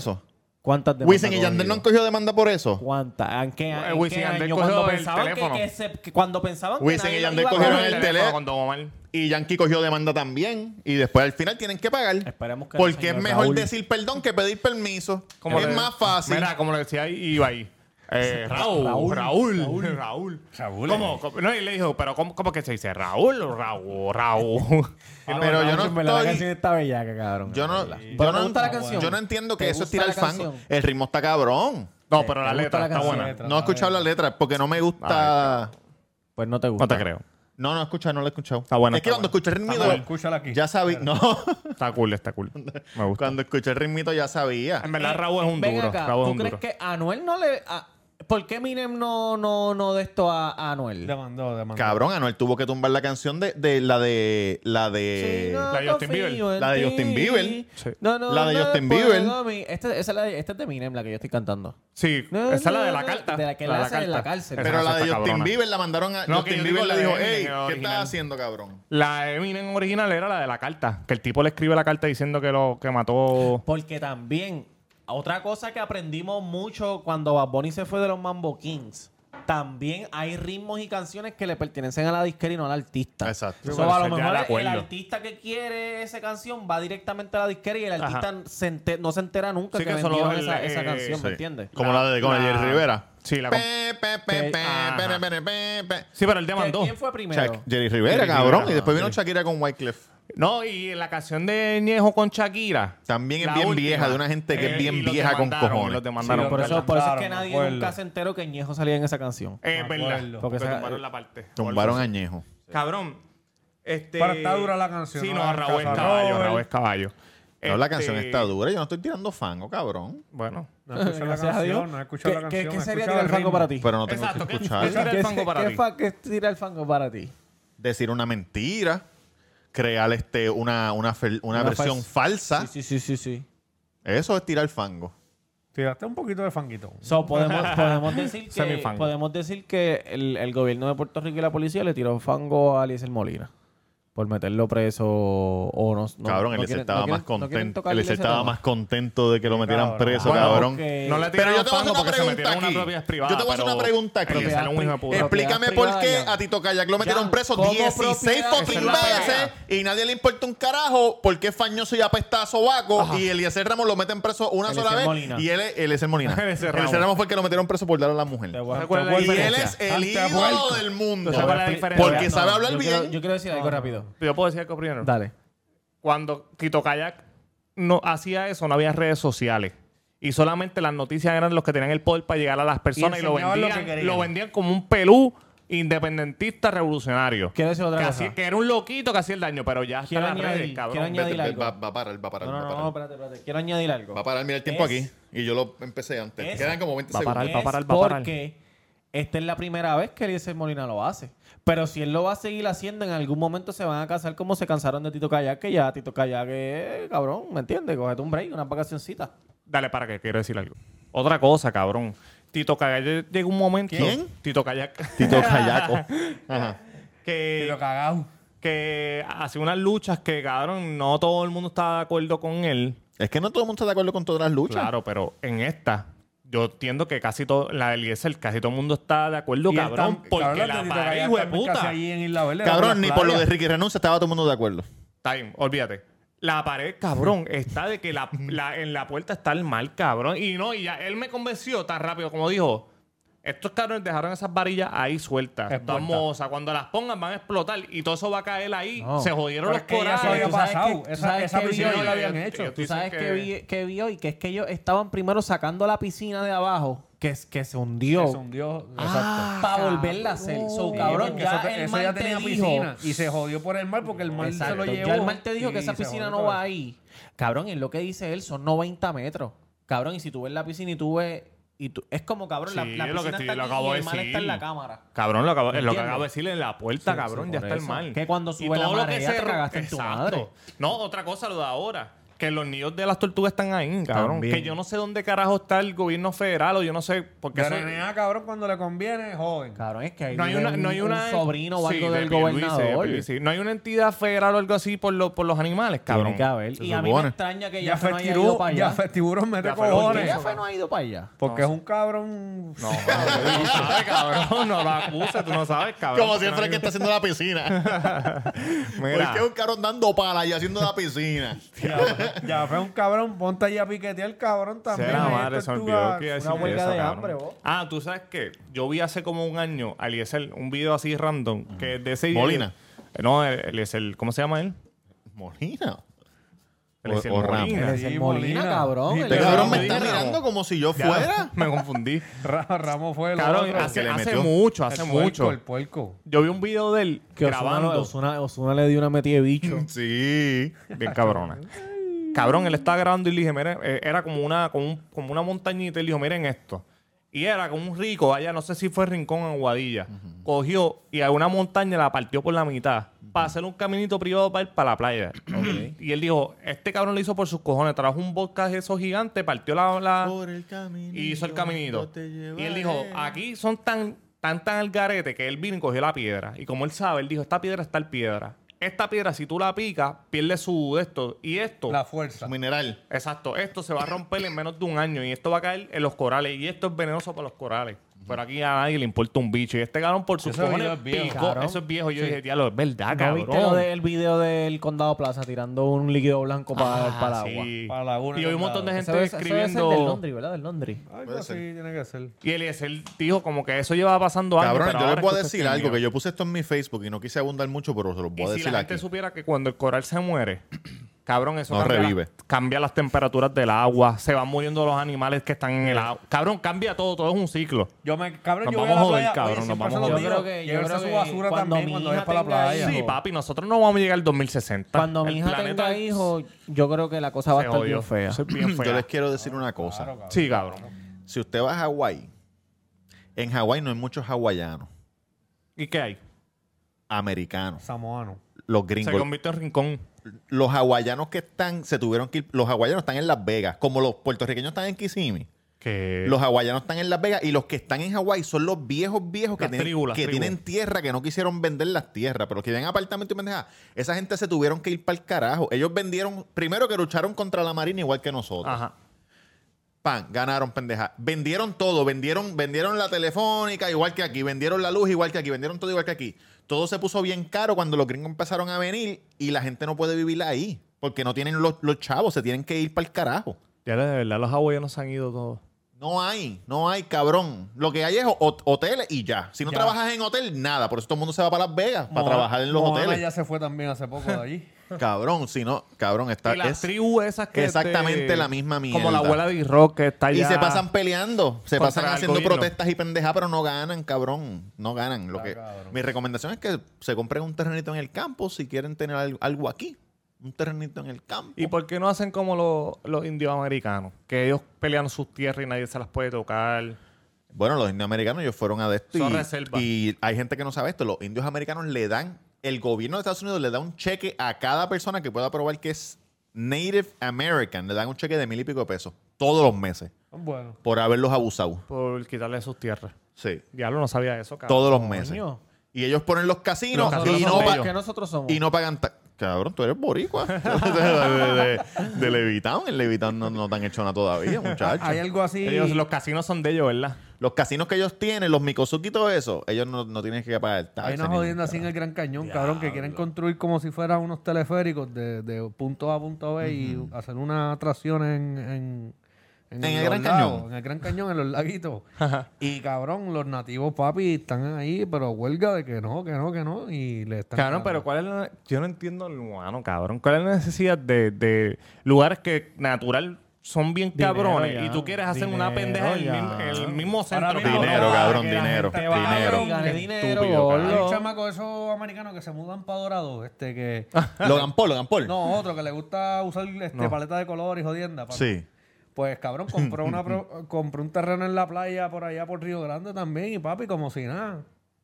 D: ¿Cuántas demandas
A: Wisin y
D: tú has
A: Yandel no
D: ido?
A: han cogido demanda por eso.
D: ¿Cuántas? ¿En qué,
C: Eh,
D: en
C: Wisin
D: qué
C: y Yandel
D: año?
C: cogió
D: Cuando
C: el
D: pensaban que,
C: teléfono.
D: que se- que cuando pensaban que
A: Wisin y
D: nadie
A: Yandel
D: iba a
A: cogieron
D: coger. (laughs)
A: el teléfono.
C: con Don Omar.
A: Y Yankee cogió demanda también. Y después al final tienen que pagar.
D: Esperemos que el
A: porque
D: señor
A: es mejor
D: Raúl-
A: decir perdón que pedir permiso.
C: Como
A: es
C: le-
A: más fácil.
C: Mira, como le decía ahí, iba ahí. Eh, Raúl,
D: Raúl,
C: Raúl, Raúl, Raúl.
B: Raúl,
C: ¿Cómo? ¿Cómo? No, y le dijo, pero ¿cómo, cómo que se dice Raúl o Raúl? Raúl. (laughs)
A: pero yo no
D: En verdad, La
A: estoy-
D: canción está bellaca, cabrón.
A: yo no,
D: En verdad.
A: yo,
D: Pero
A: no,
D: ¿te gusta la canción?
A: yo no entiendo que
D: ¿Te
A: eso es tirar
D: gusta la
A: el fango.
D: canción?
A: El ritmo está cabrón.
C: No, pero la
D: ¿Te gusta
C: letra
D: la
C: está
D: canción?
C: buena.
B: Letra.
A: No he escuchado la letra porque no me gusta.
D: Pues no te gusta.
C: No te creo.
A: No, no he escuchado, no la he escuchado.
C: Está buena,
A: es que
C: está
A: cuando escuché el
B: Está buena,
A: ritmo.
B: Ah, escúchala aquí.
A: Ya sabía. No.
C: Está cool, está cool. Me gusta.
A: Cuando escuché el ritmito ya sabía.
C: En verdad, Raúl es un
D: Ven
C: duro.
D: acá,
C: Raúl es
D: ¿tú
C: un
D: crees
C: duro.
D: que a Anuel no le... a- ¿Por qué Minem no, no, no de esto a, a Anuel?
B: Demandó, demandó.
A: Cabrón, Anuel tuvo que tumbar la canción de, de la de la
D: Sí,
A: de
D: no
C: la de Justin
D: confío
C: Bieber.
D: en
A: La de
D: ti.
A: Justin Bieber.
C: Sí.
D: No, no,
A: La de
D: no
A: Justin
D: puedo,
A: Bieber.
D: no, mi- Esta, Este, esa es la de- esta es de Minem, la que yo estoy cantando.
C: Sí,
D: No,
C: esa es la de
D: no,
C: la
D: no,
C: carta.
D: de la que le hacen en la cárcel.
C: Esa
A: pero la de
C: está
A: Justin
C: cabrona.
A: Bieber la mandaron a
C: No, que
A: Justin
C: yo
A: Bieber
C: digo
A: le
C: la de
A: dijo,
C: Eminem,
A: hey, ¿qué
C: original".
A: estás haciendo, cabrón?
C: La de Eminem original era la de la carta. Que el tipo le escribe la carta diciendo que lo que mató.
D: Porque también, otra cosa que aprendimos mucho cuando Bad Bunny se fue de los Mambo Kings, también hay ritmos y canciones que le pertenecen a la disquera y no al artista.
A: Exacto.
D: So,
C: Bueno,
D: a
C: eso
D: lo
C: ya
D: mejor el-
C: de
D: el
C: acuerdo.
D: artista que quiere esa canción va directamente a la disquera y el artista se ente- no se entera nunca
C: Sí,
D: que,
C: que solo
D: vendieron
C: el-
D: esa, esa
C: eh,
D: canción,
A: Sí.
D: ¿me entiendes?
A: Como la, de con
C: La-
A: Jerry Rivera.
C: Sí, la-
A: Pe, pe, pe, pe,
C: Ajá.
A: pe, pe, pe, pe.
C: Sí, pero él
D: ¿Que-
C: demandó.
D: ¿Quién fue
A: O sea,
D: primero?
A: Jerry Rivera,
C: Jerry
A: cabrón.
C: Rivera,
A: y después vino
C: sí.
A: Shakira con Wyclef.
C: No, y la canción de Ñejo con Shakira.
A: También es
C: La
A: bien
C: última.
A: vieja, de una gente que es
C: Eh,
A: bien
C: y los
A: vieja con
C: demandaron,
A: cojones.
C: y Los demandaron.
B: Sí,
D: por, eso, por eso es que
B: me
D: nadie
B: acuerdo.
D: nunca se enteró que Ñejo salía en esa canción.
C: Eh,
B: Me
C: verdad.
B: acuerdo.
C: Porque
D: Porque esa-
C: tumbaron la parte.
A: Tumbaron añejo.
C: Cabrón. Este...
B: Pero está dura la canción,
C: Sí,
B: no
C: no,
B: hagan
C: Raúl es
B: caso a
C: caballo,
B: Raúl.
C: Raúl es caballo.
A: No, la
C: Este,
A: canción está dura. Yo no estoy tirando fango, cabrón.
C: Bueno.
B: No he escuchado
D: (laughs)
B: la
D: Gracias a Dios.
B: canción, no he escuchado la
D: ¿Qué- qué-
B: canción.
D: ¿Qué
B: he
D: sería
B: escuchado
D: tirar el fango
B: ritmo.
D: para ti?
A: Pero no tengo que
C: Exacto, ¿qué-
A: escuchar.
C: qué Tira el
D: ¿Qué-
C: fango para
D: qué
C: ti.
D: fa- ¿Qué es tirar el fango para ti?
A: decir una mentira, crear este, una, una, fel- una
D: Una
A: versión
D: fals-
A: falsa.
D: Sí, sí, sí, sí, sí.
A: Eso es tirar fango.
B: Tiraste un poquito de fanguito.
D: So,
A: (laughs)
D: podemos, podemos decir que,
C: Semifango.
D: podemos decir que el, el gobierno de Puerto Rico y la policía le tiró fango a Eliezer Molina por meterlo preso o no. no
A: cabrón,
D: no
A: él
D: quieren-
A: estaba
D: no
A: más
D: quieren- no quieren
A: contento.
D: tocar
A: él
D: ese
A: estaba
D: tema.
A: más contento de que lo metieran
B: cabrón.
A: preso,
C: Bueno,
A: cabrón.
D: porque-
C: No le
A: Pero yo
C: tiraron
A: te voy a hacer
C: fango
A: una
C: porque se
A: pregunta
C: metieron
A: aquí.
C: unas propiedades privadas.
A: Yo te voy a hacer
C: pero
A: una pregunta aquí.
C: Eliezer es un hijo de puta.
D: Propiedades
A: Explícame por
D: privadas,
A: qué
D: ya.
A: a Tito Kayak lo metieron
D: Ya,
A: preso
D: como
A: 16
D: propiedad,
A: fucking
C: esa es la
A: veces ¿eh? y nadie le importa un carajo porque es fañoso y apesta a sobaco y Eliezer Ramos lo meten preso una
D: Eliezer
A: sola vez
D: Molina.
A: y él es Eliezer
D: (laughs)
A: Molina.
C: Eliezer
A: Eliezer
C: Ramos.
A: Ramos fue el que lo metieron preso por dar a la mujer.
D: Te voy a- Ah,
C: ¿Sabes cuál es la
A: Y él
C: diferencia?
A: es el
B: Ante
A: ídolo
B: vuelco.
A: del mundo.
C: ¿Tú sabes cuál es la
D: Te voy a-
C: diferencia?
A: Porque
D: no,
A: sabe hablar
D: yo
A: bien.
D: quiero- yo quiero decir algo rápido.
C: Yo puedo decir algo primero.
D: Dale.
C: cuando Tito Kayak no hacía eso, no había redes sociales. Y solamente las noticias eran los que tenían el poder para llegar a las personas y, lo
B: enseñaban lo
C: vendían.
B: que
C: Lo,
B: querían.
C: vendían como un pelú independentista revolucionario.
D: Quiero decir otra
C: que,
D: cosa.
C: hacía- que era un loquito que hacía el daño, pero ya está en
D: Quiero
C: las
D: añadir-
C: redes, cabrón.
D: quiero añadir-
A: Vete,
C: Vete.
D: algo.
A: va, va a parar, va a parar.
D: No,
A: va,
D: no,
A: a
D: no,
A: parar.
D: espérate, espérate. Quiero añadir algo.
A: Va a parar, mira el tiempo
D: Es-
A: aquí. Y yo lo empecé antes.
D: es-
A: Quedan como 20
C: Va a parar,
A: segundos.
C: va a parar,
D: es
C: va a parar.
D: Porque esta es la primera vez que Eliezer Molina lo hace. Pero si él lo va a seguir haciendo, en algún momento se van a casar como se cansaron de Tito Kayak, que ya Tito Kayak, eh, cabrón, ¿me entiendes? Cógete un break, una vacacioncita.
C: Dale para que quiero decir algo. Otra cosa, cabrón. Tito Kayak llegó un momento.
A: ¿Quién?
C: Tito Kayak. (laughs)
A: Tito Kayaco. Ajá.
C: Que,
B: Y lo cagado.
C: que hacía unas luchas que, cabrón, no todo el mundo estaba de acuerdo con él.
A: Es que no todo el mundo está de acuerdo con todas las luchas.
C: Claro, pero en esta, yo entiendo que casi todo, la del Eliezer, casi todo el mundo está de acuerdo,
B: Y él
C: cabrón,
B: tam-
C: porque
B: cabrón,
C: la
B: Tito
C: paré,
B: Kayak
C: hijo de
B: también
C: puta.
B: casi allí en Isla Verde, la
A: Cabrón, ni por lo
B: playa.
A: de Ricky Renuncia estaba todo el mundo de acuerdo.
C: Time, olvídate. La pared, cabrón, está de que la,
B: (laughs)
C: la- en la puerta está el mal, cabrón. Y no, y ya él me convenció tan rápido como dijo. Estos cabrones dejaron esas varillas ahí sueltas.
B: Expuestas.
C: Vamos, a cuando las pongan van a explotar y todo eso va a caer ahí.
D: No.
C: Se jodieron
B: Pero
C: los
B: es que ya
D: Pero
B: se
C: corales.
B: había
D: tú sabes
B: pasado.
D: que- tú
B: Esa-
D: sabes
B: esa
D: que
B: piscina
D: vio-
B: no la habían
C: yo-
B: hecho.
C: yo
D: Tú
C: estoy
D: sabes
C: diciendo
D: que vi, que vi hoy que es que ellos estaban primero sacando la piscina de abajo, que, es- que se hundió.
B: Es un dios. Exacto.
D: para volverla a hacer. So,
B: Sí,
D: cabrón,
B: porque
D: ya
B: eso,
D: el
B: eso
D: mal
B: ya
D: te
B: tenía
D: dijo-
B: piscina y se jodió por el mar porque el mar se
D: Exacto.
B: lo llevó.
D: Ya el mar te dijo
B: y
D: que esa
B: se
D: piscina
B: jodió
D: no
B: todo.
D: va ahí. Cabrón, es lo que dice él, son 90 metros. Cabrón, y si tú ves la piscina y tú ves... Y tú, es como, cabrón, la,
C: Sí,
D: la
C: es lo que
D: piscina
C: estoy-
D: está
C: lo
D: aquí
C: acabo
D: y
C: de
D: el mar
C: decir.
D: está en la cámara.
C: Cabrón, lo, acabo, es lo que
D: ¿Entiendes?
C: acabo de decirle en la puerta,
D: Sí,
C: cabrón,
D: sí,
C: ya
D: por
C: está el
D: eso.
C: mal.
D: Que cuando
C: Y
D: sube la
C: todo lo que
D: marea,
C: se
D: te
C: ro-
D: cagaste en tu madre.
C: No, otra cosa, lo de ahora. Que los niños de las tortugas están ahí, cabrón.
D: También.
C: Que yo no sé dónde carajo está el gobierno federal o yo no sé por qué.
B: Que
C: eso-
B: renea, cabrón, cuando le conviene, joven.
D: Cabrón, es que ahí
C: No hay
D: vive
C: una, no hay
D: un- un
C: una
D: sobrino o
C: sí,
D: algo
C: de
D: del
C: Pierluisi, de
D: gobernador.
C: Pierluisi. No hay una entidad federal o algo así por, lo- por los animales, cabrón.
D: Tiene que haber.
A: Se
D: Y a mí me
A: supone.
D: extraña que
B: Ya
D: ya no haya ido para
B: Festiburón, ya
D: allá.
B: Festiburón mete
C: Ya fue
D: Que
B: cojones.
C: Festiburón.
D: Jaffe no ha ido para allá.
B: Porque es un cabrón. (laughs)
C: No, no, tú no sabes, cabrón. (laughs) No lo acuses, tú no sabes, cabrón.
A: Como siempre el que está haciendo la
C: (laughs)
A: piscina.
C: Mira,
A: Porque es un cabrón dando pala y haciendo la piscina.
B: Ya- Ya fue un cabrón, ponte ahí a piquetear, cabrón, también.
C: será
B: Ahí
C: madre, se
B: tortuga-
C: olvidó que iba
D: una
C: a decir
D: huelga
C: eso,
D: de
C: cabrón.
D: hambre, vos.
C: Ah, tú sabes que yo vi hace como un año a Eliezer un video así random que es de ese
A: Molina.
C: Eh, No, Eliezer, ¿cómo se llama él?
A: Molina. O-
C: Eliezer
A: o Ramos.
C: Molina.
B: Sí,
D: Eliezer Molina, cabrón.
B: Sí,
A: Este
D: Pero
A: cabrón me
D: no
A: está
C: diga,
A: mirando
C: no.
A: como si yo
C: Ya,
A: fuera.
C: (laughs) Me confundí.
B: Ra- Ramos fue el
C: Cabrón,
B: otro.
C: hace,
A: que le
C: hace
A: metió.
C: mucho,
B: El
C: hace
B: puerco,
C: mucho.
B: El puerco.
C: Yo vi un video de él
D: Que
C: grabando.
D: Osuna, Osuna, Osuna le dio una metida de bicho.
A: Sí.
C: Bien cabrona. Cabrón, él estaba grabando y le dije, miren, eh, era como una, como, un- como una montañita y le dijo, miren esto. Y era como un rico allá, no sé si fue Rincón en Aguadilla. Cogió y a una montaña la partió por la mitad para hacer un caminito privado para ir para la playa. Y él dijo, este cabrón lo hizo por sus cojones, trajo un podcast de esos gigantes, partió la... la-
A: el caminito.
C: y hizo el caminito. Y él dijo,
A: "Ah,
C: aquí son tan, tan, tan al garete que él vino y cogió la piedra. Y como él sabe, él dijo, esta piedra está tal piedra. Esta piedra, si tú la picas, pierde su esto. Y esto,
B: La fuerza.
A: Mineral.
C: exacto, esto se va a romper en menos de un año. Y esto va a caer en los corales. Y esto es venenoso para los corales. Pero aquí a nadie le importa un bicho. Y este cabrón por sus
B: Ese video
C: cojones
B: es viejo,
C: picó.
D: cabrón.
C: Eso es viejo. Yo dije, diablo, es verdad,
D: ¿No
C: cabrón.
D: viste lo del video del Condado Plaza tirando un líquido blanco para
C: Ah,
D: el paraguas?
C: sí.
B: Para la laguna
C: y hay un montón de
B: Condado.
C: gente
D: Eso es- eso debe ser
C: escribiendo.
D: del Londres, ¿verdad? Del Londres.
B: Algo
A: Puede
B: así
A: ser.
B: pues tiene que ser.
C: y él, él dijo como que eso lleva pasando años.
A: Cabrón,
C: pero
A: yo
C: ahora
A: les voy a
C: es que
A: decir
C: esto es
A: algo
C: mío.
A: que yo puse esto en mi Facebook y no quise abundar mucho, pero se los voy
C: Y
A: a
C: si
A: decir
C: la gente
A: aquí.
C: supiera que cuando el coral se muere, (clears throat) cabrón, eso
A: No
C: las-
A: revive.
C: cambia las temperaturas del agua, se van muriendo los animales que están en el agua. Cabrón, cambia todo, todo es un ciclo.
B: Yo me, cabrón,
C: Nos
B: yo
C: vamos a
B: voy
C: joder,
B: la playa,
C: cabrón,
B: oye,
C: nos
B: siempre
C: vamos
B: se
C: a
D: joder.
B: los digo,
D: Yo creo que- yo
B: llévense
D: creo
B: su
D: que
B: basura
D: cuando
B: también
D: mi
B: cuando
D: hija
B: vayas para la
D: tenga
B: playa.
D: hijos,
C: Sí,
D: Claro.
C: papi, nosotros no vamos a llegar al 2060.
D: Cuando mi
C: El
D: hija
C: planeta
D: tenga hijos, yo creo que la cosa va a
C: se
D: estar
C: jodió.
D: bien fea.
C: Eso es bien
A: (clears throat)
C: fea.
A: Yo les quiero decir una cosa.
C: Sí, cabrón.
A: Si usted va a Hawái, en Hawái no hay muchos hawaianos,
C: ¿Y qué hay?
A: americanos,
B: Samoano.
A: los
C: Se
A: gringos.
C: convirtió en rincón.
A: Los hawaianos que están, se tuvieron que ir, los hawaianos están en Las Vegas, como los puertorriqueños están en Kissimmee.
C: Que
A: Los hawaianos están en Las Vegas y los que están en Hawái son los viejos viejos que,
C: Las
A: tienen,
C: tribus, las
A: que
C: tribus.
A: tienen tierra, que no quisieron vender las tierras, pero los que tienen apartamentos y pendejadas. Esa gente se tuvieron que ir para el carajo. Ellos vendieron, primero que lucharon contra la marina igual que nosotros.
C: Ajá.
A: Pan, ganaron pendeja. Vendieron todo, vendieron, vendieron la telefónica igual que aquí, vendieron la luz igual que aquí, vendieron todo igual que aquí. Todo se puso bien caro cuando los gringos empezaron a venir y la gente no puede vivir ahí porque no tienen los, los chavos, se tienen que ir para el carajo.
C: Ya de verdad los hawaianos se han ido todos.
A: No hay, no hay, cabrón. Lo que hay es hot- hoteles y ya. Si no
B: Ya.
A: trabajas en hotel, nada. Por eso todo el mundo se va para Las Vegas para
B: Moana-
A: trabajar en los
B: Moana
A: hoteles.
B: ya se fue también hace poco de allí.
A: Cabrón, si no, cabrón, está.
C: Y las
A: es-
C: tribus esas que.
A: exactamente la misma
C: Como
A: mierda.
C: la abuela de rock que está
A: y
C: allá.
A: se pasan peleando, se
C: Contra
A: pasan
C: el
A: haciendo
C: gobierno.
A: protestas y pendejadas, pero no ganan, cabrón. No ganan. Lo
B: Ah,
A: que,
B: cabrón.
A: mi recomendación es que se compren un terrenito en el campo si quieren tener al- algo aquí. Un terrenito en el campo.
C: ¿Y por qué no hacen como los, los indios americanos? Que ellos pelean sus tierras y nadie se las puede tocar.
A: Bueno, los indios americanos ellos fueron a esto
C: Son
A: y,
C: reserva.
A: y hay gente que no sabe esto. Los indios americanos le dan, el gobierno de Estados Unidos le da un cheque a cada persona que pueda probar que es Native American. Le dan un cheque de mil y pico de pesos todos los meses
B: (laughs) Bueno.
A: por haberlos abusado.
C: Por quitarle sus tierras.
A: Sí.
C: Diablo, no sabía eso, cabrón.
A: Todos los meses.
D: Coño.
A: Y ellos ponen los casinos,
C: Los
A: y,
C: casinos
A: no
C: son
A: pa-
C: ellos.
D: que nosotros somos.
A: y no pagan ta- Cabrón, tú eres boricua. (laughs) de, de, de Levitown. En Levitown no, no te han hecho nada todavía, muchachos.
B: (laughs) Hay algo así.
C: Ellos, los casinos son de ellos, ¿verdad?
A: Los casinos que ellos tienen, los Mikosuki y todo eso, ellos no, no tienen que pagar taxes.
B: Hay una
A: ni
B: jodienda
A: nada.
B: así en el Gran Cañón, cabrón, que quieren construir como si fueran unos teleféricos de, de punto A a punto B y hacer una atracción en... En,
A: En el
B: los
A: Gran
B: lagos,
A: Cañón.
B: En el Gran Cañón, en
A: (laughs)
B: los laguitos. y cabrón, los nativos papi están ahí, pero huelga de que no, que no, que no. Y le están...
C: Cabrón, pero ¿cuál es la... Yo no entiendo el humano, cabrón. ¿Cuál es la necesidad de, de lugares que natural son bien
D: Dinero
C: cabrones
D: ya.
C: y tú quieres hacer una
D: Dinero
C: pendeja en el
D: ya.
C: mismo, en el mismo centro?
B: Ahora mismo,
A: Dinero,
B: ahora
A: cabrón,
B: que la
A: dinero,
B: gente va,
A: dinero.
B: cabrón,
D: Gane
B: que-
D: dinero,
A: estúpido, cabrón.
B: Hay
D: gordo.
B: un chamaco de esos americanos que se mudan para Dorado, este que...
A: Logan Paul, Logan Paul.
B: No, otro que le gusta usar este, paleta de color y jodienda. pa-
A: Sí.
B: Pues cabrón, compró,
A: (laughs)
B: una pro- compró un terreno en la playa por allá por Río Grande también y papi, como si nada.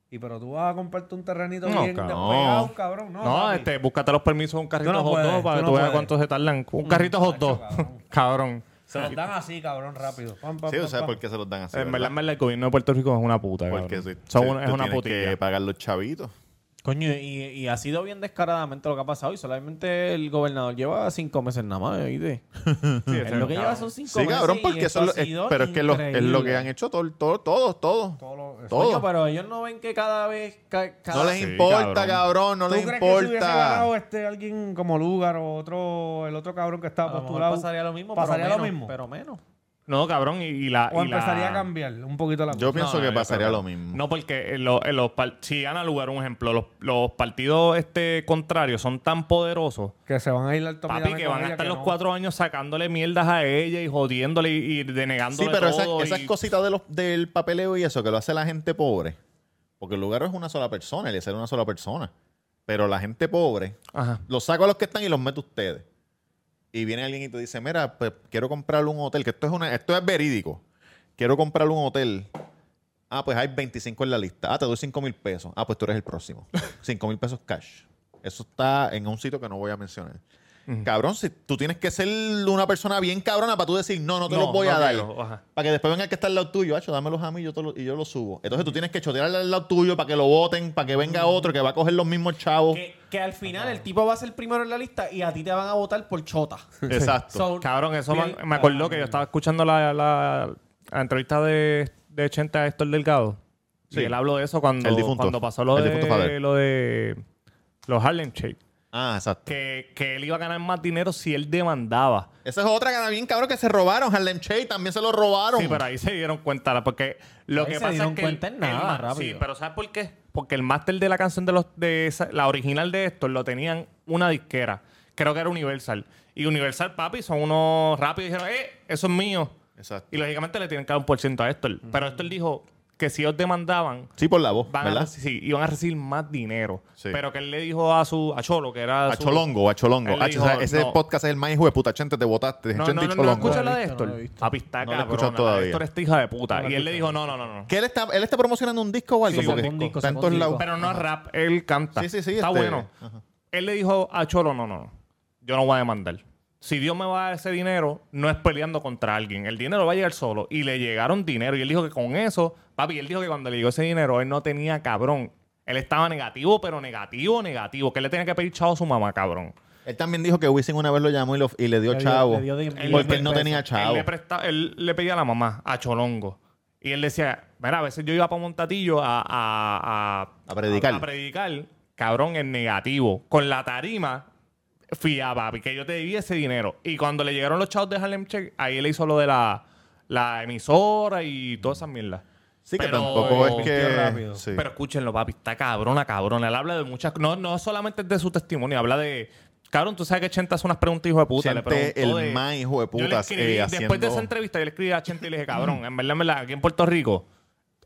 B: Y pero tú vas a comprarte un terrenito
C: No,
B: bien
A: cabrón.
B: despegado, cabrón. No,
C: No,
B: papi.
C: este, búscate los permisos de un carrito
B: no
C: hot
B: puedes,
C: dog para
B: tú
C: que
B: no
C: tú veas
B: puedes. Mm,
C: cuánto se tardan. Un carrito hot
B: macho,
C: dog.
B: cabrón.
C: (laughs) Cabrón.
B: Se los dan así, cabrón, rápido. Pam, pam,
A: Sí, o
B: pam,
A: sea,
B: pam.
A: ¿por qué se los dan así?
C: En
A: verdad?
C: verdad, en verdad, Eh, el gobierno de Puerto Rico es una puta, cabrón.
A: Porque si-
C: Son
A: si
C: una-
A: tú
C: es una
A: tienes que
C: putilla. (laughs)
A: pagar los chavitos.
D: Coño, y, y ha sido bien descaradamente lo que ha pasado. Y solamente el gobernador lleva cinco meses nada más, ¿oíste?
C: Sí,
D: Él lo que lleva son cinco
A: Sí,
D: meses.
A: cabrón,
D: y
A: porque eso
D: esto ha
A: es lo- es-
D: sido
A: pero es que lo- es lo que
D: increíble.
A: han hecho todo, todo, todos, todos.
B: Todo lo-
A: Todo.
D: Coño, pero ellos no ven que cada vez... ca- cada-
A: No les
C: Sí,
A: importa,
C: cabrón.
A: cabrón, no
B: ¿Tú
A: les
B: crees que si hubiese ganado
A: importa.
B: este, alguien como Lugar o otro, el otro cabrón que estaba
D: a lo mejor
B: postulado?
D: pasaría lo mismo,
B: ¿Pasaría
D: pero
B: lo
D: menos,
B: mismo?
D: Pero menos.
C: No, cabrón, y, y la...
B: ¿O
C: y la-
B: empezaría a cambiar un poquito la
A: Yo
B: cosa?
A: pienso
C: No,
D: eh.
A: que
C: yo
A: pasaría
C: creo
A: lo
C: que no.
A: mismo.
C: No, porque en los- en los par- si gana lugar, un ejemplo, los, los partidos este contrarios son tan poderosos
B: Que se van a ir al tope
C: Papi, que van a estar los
B: no.
C: cuatro años sacándole mierdas a ella y jodiéndole y, y denegándole
A: Sí, pero esas,
C: todo.
A: esas
C: y-
A: cositas de los, del papeleo y eso que lo hace la gente pobre. Porque el lugar es una sola persona, el ser una sola persona. Pero la gente pobre,
C: Ajá.
A: los saco a los que están y los meto a ustedes. Y viene alguien y te dice, mira, pues quiero comprarle un hotel, que esto es una, esto es verídico. Quiero comprarle un hotel. Ah, pues hay 25 en la lista. Ah, te doy 5 mil pesos. Ah, pues tú eres el
C: (laughs)
A: próximo. 5 mil pesos cash. Eso está en un sitio que no voy a mencionar. Cabrón, si tú tienes que ser una persona bien cabrona para tú decir, no, no te
C: No,
A: los voy
C: no
A: a dar.
C: quiero, ajá.
A: Para que después venga el que está al lado tuyo, hacho, dámelos a mí yo te lo- y yo los subo. Entonces tú tienes que chotear al lado tuyo para que lo voten, para que venga otro que va a coger los mismos chavos.
D: Que, que al final el tipo va a ser primero en la lista y a ti te van a votar por chota.
A: Exacto.
D: So,
C: Cabrón, eso
D: bien, um,
C: me, me acordó que yo estaba escuchando la, la- la entrevista de, de 80 a Héctor Delgado.
A: Sí.
C: Y él habló de eso cuando,
A: El difunto.
C: cuando pasó lo
A: El difunto
C: de,
A: Fader.
C: lo de los Harlem Shake.
A: ah, exacto.
C: Que, que él iba a ganar más dinero si él demandaba.
A: Esa es otra cara bien cabrón que se robaron. Harlem Shake también se lo robaron.
C: Sí, pero ahí se dieron cuenta, la- porque lo
D: Ahí
C: que
D: se
C: pasa
D: dieron
C: es que
D: cuenta en nada,
C: ma-
D: rápido.
C: Sí, pero ¿sabes por qué? Porque el máster de la canción de los de esa- la original de estos lo tenían una disquera, creo que era Universal. Y Universal, papi, son unos rápidos y dijeron, "Eh, eso es mío."
A: Exacto.
C: Y lógicamente le tienen que dar un por ciento a Héctor, pero Héctor dijo que si ellos demandaban
A: Sí, por la voz,
C: van a,
A: ¿verdad?
C: reci- sí, iban a recibir más dinero,
A: Sí.
C: pero que él le dijo a su a Cholo, que era
A: A
C: su-
A: Cholongo, a Cholongo.
C: Él
A: Ah,
C: dijo,
A: o sea, ese
C: no.
A: podcast es el más hijo de puta. Chente, te votaste.
C: No, no,
A: Chente
C: no,
A: y
C: no, no,
A: Cholongo.
C: escucha la
D: No lo
C: de
D: he
C: Héctor.
D: visto.
C: Papi, está
A: No lo he escuchado
C: cabrona.
A: todavía.
C: Héctor está hija de puta.
B: No lo
C: y
B: he
C: él le dijo, no, no, no, no.
A: que él está, él está promocionando un disco o algo.
D: Sí,
A: porque
D: sacó un disco,
A: está en
D: sacó
A: todos
D: un
A: lados.
D: disco.
C: Pero no es rap, él canta.
A: Sí, sí, sí,
C: Está
A: este-
C: bueno.
A: Ajá.
C: Él le dijo a Cholo, no, no, no. Yo no voy a demandar. Si Dios me va a dar ese dinero, no es peleando contra alguien. El dinero va a llegar solo. Y le llegaron dinero. Y él dijo que con eso, papi, él dijo que cuando le llegó ese dinero, él no tenía cabrón. Él estaba negativo, pero negativo, negativo. Que él le tenía que pedir chavo a su mamá, cabrón.
A: Él también dijo que Wisin una vez lo llamó y, lo- y le dio
D: Le dio-
A: chavo.
D: le dio di-
C: Él
A: porque
C: le
A: él no
C: presta-
A: tenía
C: Él
A: chavo.
C: le, presta- él le pedía a la mamá, a Cholongo. Y él decía, mira, a veces yo iba para Montatillo a, a,
A: A predicar.
C: A, predicar, cabrón, en negativo. Con la tarima, fiaba, que yo te debía ese dinero. Y cuando le llegaron los chavos de Harlem Check, ahí él hizo lo de la, la emisora y todas esas mierdas.
A: Sí, que
C: Pero-
A: tampoco es
B: Mintió
A: que.
B: rápido.
A: sí.
C: Pero escúchenlo, papi, está cabrona, cabrona. Él habla de muchas... No, no solamente es de su testimonio, habla de... Cabrón, tú sabes que Chente hace unas preguntas, hijo de puta. Le
A: Chente,
C: preguntó
A: el
C: de-
A: más hijo de
C: Yo le
A: putas,
C: escribí-
A: eh,
C: Después de
A: haciendo-
C: esa entrevista, yo le escribí a Chente y le dije, cabrón, en verdad, en verdad, aquí en Puerto Rico,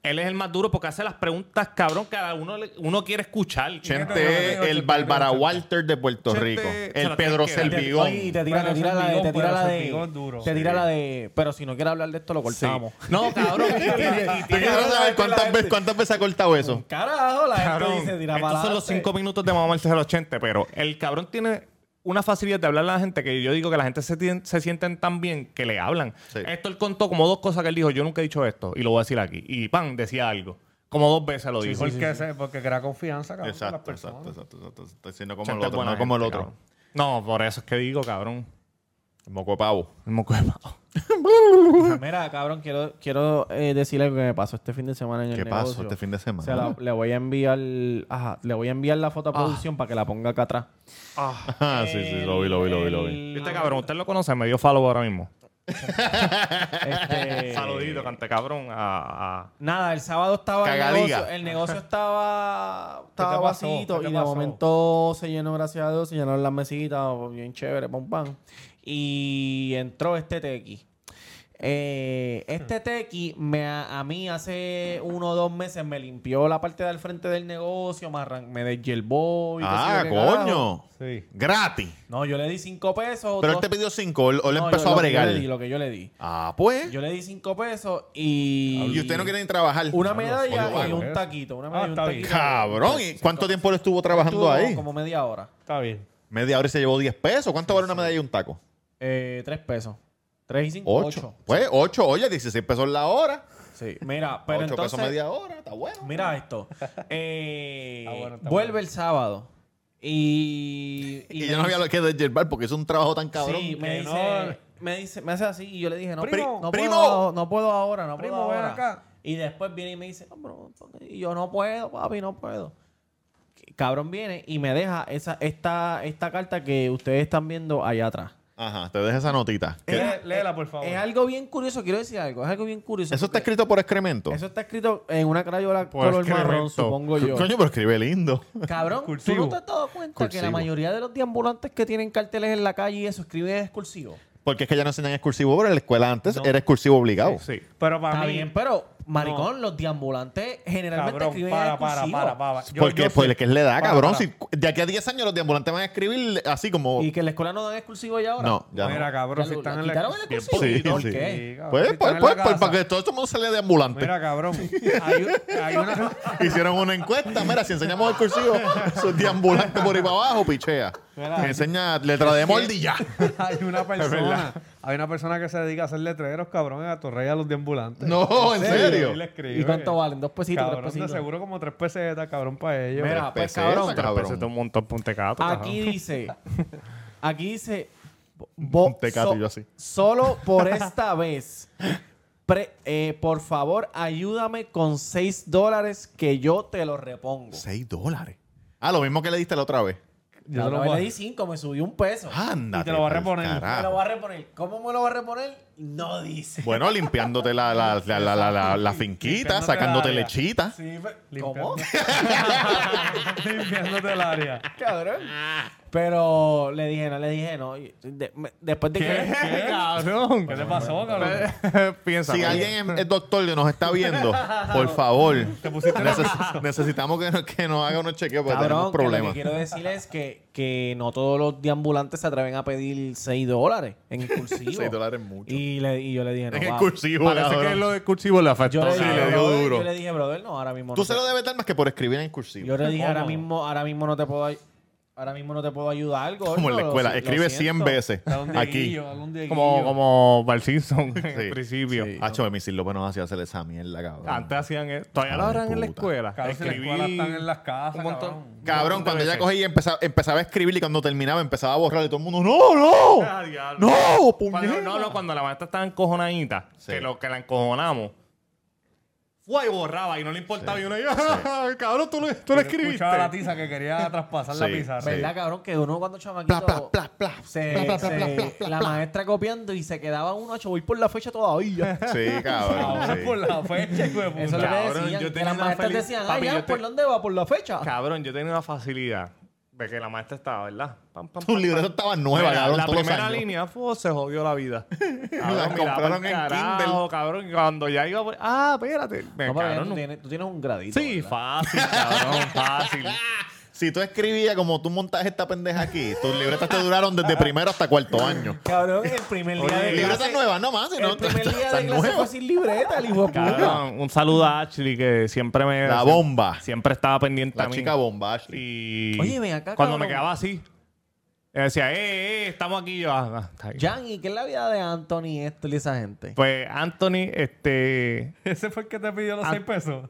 C: él es el más duro porque hace las preguntas, cabrón, que a uno, le- uno quiere escuchar.
A: Chente
B: Chente,
A: es
B: Chente,
A: el
B: Chente,
A: Bárbara
B: Chente.
A: Walter de Puerto
C: Chente,
A: Rico.
C: se
A: El
C: lo
A: Pedro
C: tiene que dar.
A: Servigón.
D: Oye, y te tira,
B: Pero
D: te tira la de.
B: Serpigón,
D: Te tira
B: pero
D: la de.
B: Serpigón duro.
D: Te tira la de. Pero si no quiere hablar de esto, lo cortamos.
C: No, cabrón.
D: (laughs)
C: y tiene- y
A: Yo
C: tiene-
A: quiero saber cuántas veces, cuántas veces ha cortado eso.
D: Carajo, la
C: Cabrón,
D: gente dice tira
C: estos son
D: (laughs)
C: los cinco minutos de mamarse los 80, pero el cabrón tiene una facilidad de hablarle a la gente que yo digo que la gente se, tien- se sienten tan bien que le hablan.
A: Sí.
C: Esto él contó como dos cosas que él dijo, yo nunca he dicho esto, y lo voy a decir aquí. Y pan, decía algo. Como dos veces lo dijo.
B: porque, se- porque crea confianza, cabrón, con las
A: Exacto,
B: personas.
A: exacto, exacto, exacto. Estoy diciendo como el
C: Chente es
A: otro,
C: buena
A: no como el
C: gente,
A: otro.
C: cabrón. No, por eso es que digo, cabrón.
A: El moco de pavo.
C: El moco de pavo.
D: Mira, cabrón, quiero, quiero eh, decir algo que me pasó este fin de semana en el
A: ¿Qué
D: negocio.
A: pasó este fin de semana?
D: Se la- le voy a enviar. Ajá, le voy a enviar la foto a producción para que la ponga acá atrás.
A: (laughs) Ah, sí, sí, lo vi, lo vi, lo vi, lo vi.
C: Este cabrón, usted lo conoce, me dio follow ahora mismo.
B: Eh,
D: Este,
C: (laughs) Saludito, cante cabrón. a- a-
D: Nada, el sábado estaba el
A: Cagadiga.
D: negocio, el negocio estaba,
B: ¿Qué
D: estaba
B: te pasó?
D: vacío
B: ¿Qué
D: y
B: te
D: de
B: pasó?
D: momento se llenó, gracias a Dios, se llenaron las mesitas, bien chévere, pam, pam. Y entró este tequi. Eh, este tequi me, a a mí hace uno o dos meses me limpió la parte del frente del negocio, me, arran- me deshielbó y qué sé
A: Ah,
D: yo qué carajo.
A: coño.
B: Sí.
A: Gratis.
D: No, yo le di cinco pesos.
A: Pero él
D: dos-
A: te pidió cinco, o él o él
D: No,
A: empezó
D: yo-
A: a
D: lo que yo
A: bregar.
D: le di, Lo que yo le di.
A: Ah, pues.
D: Yo le di cinco pesos y...
A: Y usted no quiere ni trabajar.
D: Una
A: Oye,
D: medalla y
A: bueno,
D: un
B: eso.
D: taquito. Una
B: Ah,
D: medalla y un
B: está bien.
D: taquito.
A: Cabrón, ¿y cuánto tiempo él estuvo trabajando
D: Estuvo
A: ahí?
D: Como media hora.
B: Está bien.
A: Media hora y se llevó 10 pesos. ¿Cuánto vale una medalla y un taco?
D: Eh, tres pesos. Tres y cinco.
A: 8.
D: Ocho.
A: Pues 8, oye, 16 pesos la hora.
D: Sí. Mira, pero
A: 8
D: entonces...
A: pesos media hora, está bueno.
D: Mira esto.
B: (laughs)
D: Eh,
B: Está Ah, bueno, está
D: vuelve
B: bueno.
D: el sábado. Y...
A: (laughs) Y, yo no había lo que desherbar porque es un trabajo tan cabrón.
D: Sí,
B: Que
D: me dice,
B: no-
D: me dice... Me hace así y yo le dije, no,
B: Primo,
D: pri- no
A: primo.
D: puedo, no puedo ahora, no
B: Primo,
D: puedo
B: ven
D: ahora.
B: acá.
D: Y después viene y me dice, no, bro, y yo no puedo, papi, no puedo. Cabrón viene y me deja esa, esta, esta carta que ustedes están viendo allá atrás.
A: Ajá, te dejo esa notita. Que-
B: Lé-
D: Es-
B: léela,
D: es-
B: por favor.
D: Eh, Es algo bien curioso, quiero decir algo. Es algo bien curioso.
A: eso está
D: porque
A: escrito por excremento.
D: Eso está escrito en una crayola
C: Por
D: color marrón,
C: excremento.
D: supongo yo.
A: Coño, pero escribe lindo. (laughs)
D: Cabrón, ¿tú
B: Cursivo.
D: no te has dado cuenta que
A: Cursivo.
D: la mayoría de los deambulantes que tienen carteles en la calle y eso escriben en excursivo?
A: Porque es que ya no enseñan excursivo, pero en la escuela antes era excursivo obligado.
C: Sí.
B: Pero para
D: Está
B: mí.
D: bien, pero, maricón, los deambulantes generalmente
B: Cabrón,
D: escriben en
B: para, para,
D: excursivo.
B: para, para. Yo-
A: porque
B: yo
A: pues,
B: sé-
A: es que es la edad,
B: Para,
A: cabrón.
B: para.
A: Si cu- de aquí a 10 años los deambulantes van a escribir así como.
D: Y que en la escuela no dan excursivo ya ahora.
A: No, ya
B: Mira,
A: no.
B: cabrón,
D: Ya
B: si
D: lo-
B: están
D: la
B: en la.
D: quitaron el
C: Bien
D: excursivo.
A: Sí,
D: ¿Por
A: sí.
D: qué?
B: cabrón, si
A: Pues,
B: están
A: pues,
B: en la
A: pues, pues,
B: casa.
A: para que todo este mundo salga de ambulante.
B: Mira, cabrón. Hay, un- hay una.
A: (laughs) Hicieron una encuesta. Mira, si enseñamos el cursivo, son deambulantes por ahí para abajo, pichea.
B: Mira.
A: Enseña letra de molde y ya.
B: (laughs) hay una persona. Hay una persona que se dedica a hacer letreros, cabrón, a Torrey a los deambulantes.
A: No, en serio.
B: Y le escribe.
D: ¿Y cuánto valen? ¿Dos pesitos?
B: Cabrón,
D: ¿Tres
B: de
D: pesitos?
B: seguro como tres pesetas, cabrón, para ellos.
D: Mira, pues,
A: Peseta,
D: cabrón.
C: Pero se un montón de puntecato,
D: Aquí dice, aquí dice, bo-
A: Un tecato y yo así.
D: solo por esta vez, pre- eh, por favor ayúdame con 6 dólares que yo te lo repongo.
A: 6 dólares. Ah, lo mismo que le diste la otra vez.
B: yo
D: La
B: te lo
D: otra vez
B: voy
D: le
B: a-
D: di 5, me subió un peso.
A: Anda.
B: Y te lo va a reponer.
D: Me lo va a reponer. ¿Cómo me lo va a reponer? No (laughs) dice.
A: Bueno, limpiándote la, la, la, la, la, la- la finquita,
B: Limpiándote
A: sacándote
B: la área.
A: lechita.
D: Sí, pero-
B: Limpiando.
D: ¿Cómo?
B: (laughs) Limpiándote el área.
D: Cabrón. Pero le dije, no, le dije, no. Y de- me- después de que... (laughs)
B: ¿Qué?
C: cabrón?
B: ¿Qué te pasó, cabrón?
C: (laughs) Piensa.
A: Si
C: pues.
A: alguien es, es doctor y nos está viendo, por favor, neces- necesitamos que, nos- que nos haga unos chequeos porque tenemos
D: Cabrón, que lo
A: problemas.
D: que quiero decir es que, que no todos los deambulantes se atreven a pedir 6 dólares
A: (laughs)
D: en excursivo.
A: 6 dólares es mucho.
D: Y, le- y yo le dije, no,
A: Es que
D: va.
A: el cursivo,
C: Parece que
A: cabrón.
C: lo de cursivo le
D: Yo
C: afectó.
D: le,
A: Sí,
D: dije,
A: le dio
D: brother,
A: duro.
D: yo le dije, brother, no, ahora mismo
A: Tú
D: no.
A: se
D: te-
A: lo debes dar más que por escribir en cursivo.
D: Yo le dije, ahora
B: ¿Cómo?
D: mismo, ahora mismo no te puedo ay- ahora mismo no te puedo ayudar algo.
A: Como en la escuela, escribe 100 veces
B: Da un
A: aquí.
B: dieguillo, dale un dieguillo.
C: Como, como Val Simpson en
A: Sí.
C: principio.
D: Sí.
A: Hacho, mi Silvio no hacía hacer esa mierda, cabrón.
C: Antes hacían eso. Todavía lo
A: Ay,
C: harán en la
A: puta.
C: escuela.
B: Cabrón, si en la
C: Escribí
B: escuela están en las casas,
C: un montón-
B: cabrón.
A: Cabrón,
C: un montón de
A: cuando ya
C: veces.
A: cogí y empezaba, empezaba a escribir y cuando terminaba empezaba a borrar y todo el mundo, ¡No, no!
C: Ah, diablo.
A: ¡No, puñeta!
C: Cuando, no, no, cuando la maestra estaba encojonadita,
A: Sí.
C: que lo que la encojonamos, fue y borraba y no le importaba.
A: Sí.
C: Y uno ahí, "Ah, (laughs) cabrón, tú lo, tú lo
B: Yo
C: escribiste.
B: Escuchaba la tiza que quería traspasar la
A: Sí,
B: pizarra.
A: sí.
D: ¿Verdad, cabrón? Que uno cuando chamaquito...
A: Pla, pla, pla, pla.
D: se-
A: Pla, pla, pla,
D: se-
A: pla, pla, pla,
D: la
A: pla.
D: maestra copiando y se quedaba uno, "Acho, voy por la fecha
A: (laughs)
D: todavía.
A: Sí,
B: Ahora
A: cabrón. sí.
B: por la fecha, hijo de puta.
D: Eso es lo que
C: Cabrón,
D: decían.
C: yo
D: que
C: tenía
D: las
C: una
D: maestras
C: feliz-
D: decían, ah,
C: Papi,
D: ya,
C: yo te-
D: ¿por dónde va? Por la fecha.
C: Cabrón, yo tenía una facilidad. Ve que la maestra estaba, ¿verdad? Pam, pam,
A: Tus libretos estaban nuevas,
C: Mira,
A: cabrón,
C: La
A: todos los
C: primera
A: años.
C: línea fue, se jodió la vida.
A: (laughs) La
C: mira,
A: compraron
C: pa'l
A: en
C: carajo,
A: Kindle.
C: cabrón. y Cuando ya iba por... Ah, espérate. Me
D: No, pero
C: cabrón,
D: tú,
C: no-
D: tienes, tú tienes un gradito.
C: Sí,
D: ¿verdad?
C: fácil,
A: (laughs)
C: cabrón, fácil.
A: Si tú escribías como tú montas esta pendeja aquí, tus libretas te duraron desde primero hasta cuarto año.
D: (laughs) Cabrón, el primer día
C: Oye,
D: de
C: libre
A: Libretas
D: clase.
A: nuevas, no más. si no, (laughs)
D: El primer
C: (laughs)
D: día de
A: están
D: clase fue
A: nuevas.
D: sin libreta, el hijo de puta.
C: Cabrón, un saludo a Ashley que siempre me...
A: La bomba.
C: Siempre estaba pendiente a
A: La
C: mí.
A: chica bomba, Ashley.
C: Y
D: Oye, ven acá,
C: Cuando
D: cabrón.
C: me quedaba así, ella decía, eh, eh, estamos aquí. Yo, ah, ah, está bien.
D: Jan, ¿y qué es la vida de Anthony esto y esa gente?
C: Pues Anthony,
D: (laughs)
C: este...
B: Ese fue el que te pidió los
C: Ah.
B: 6 pesos.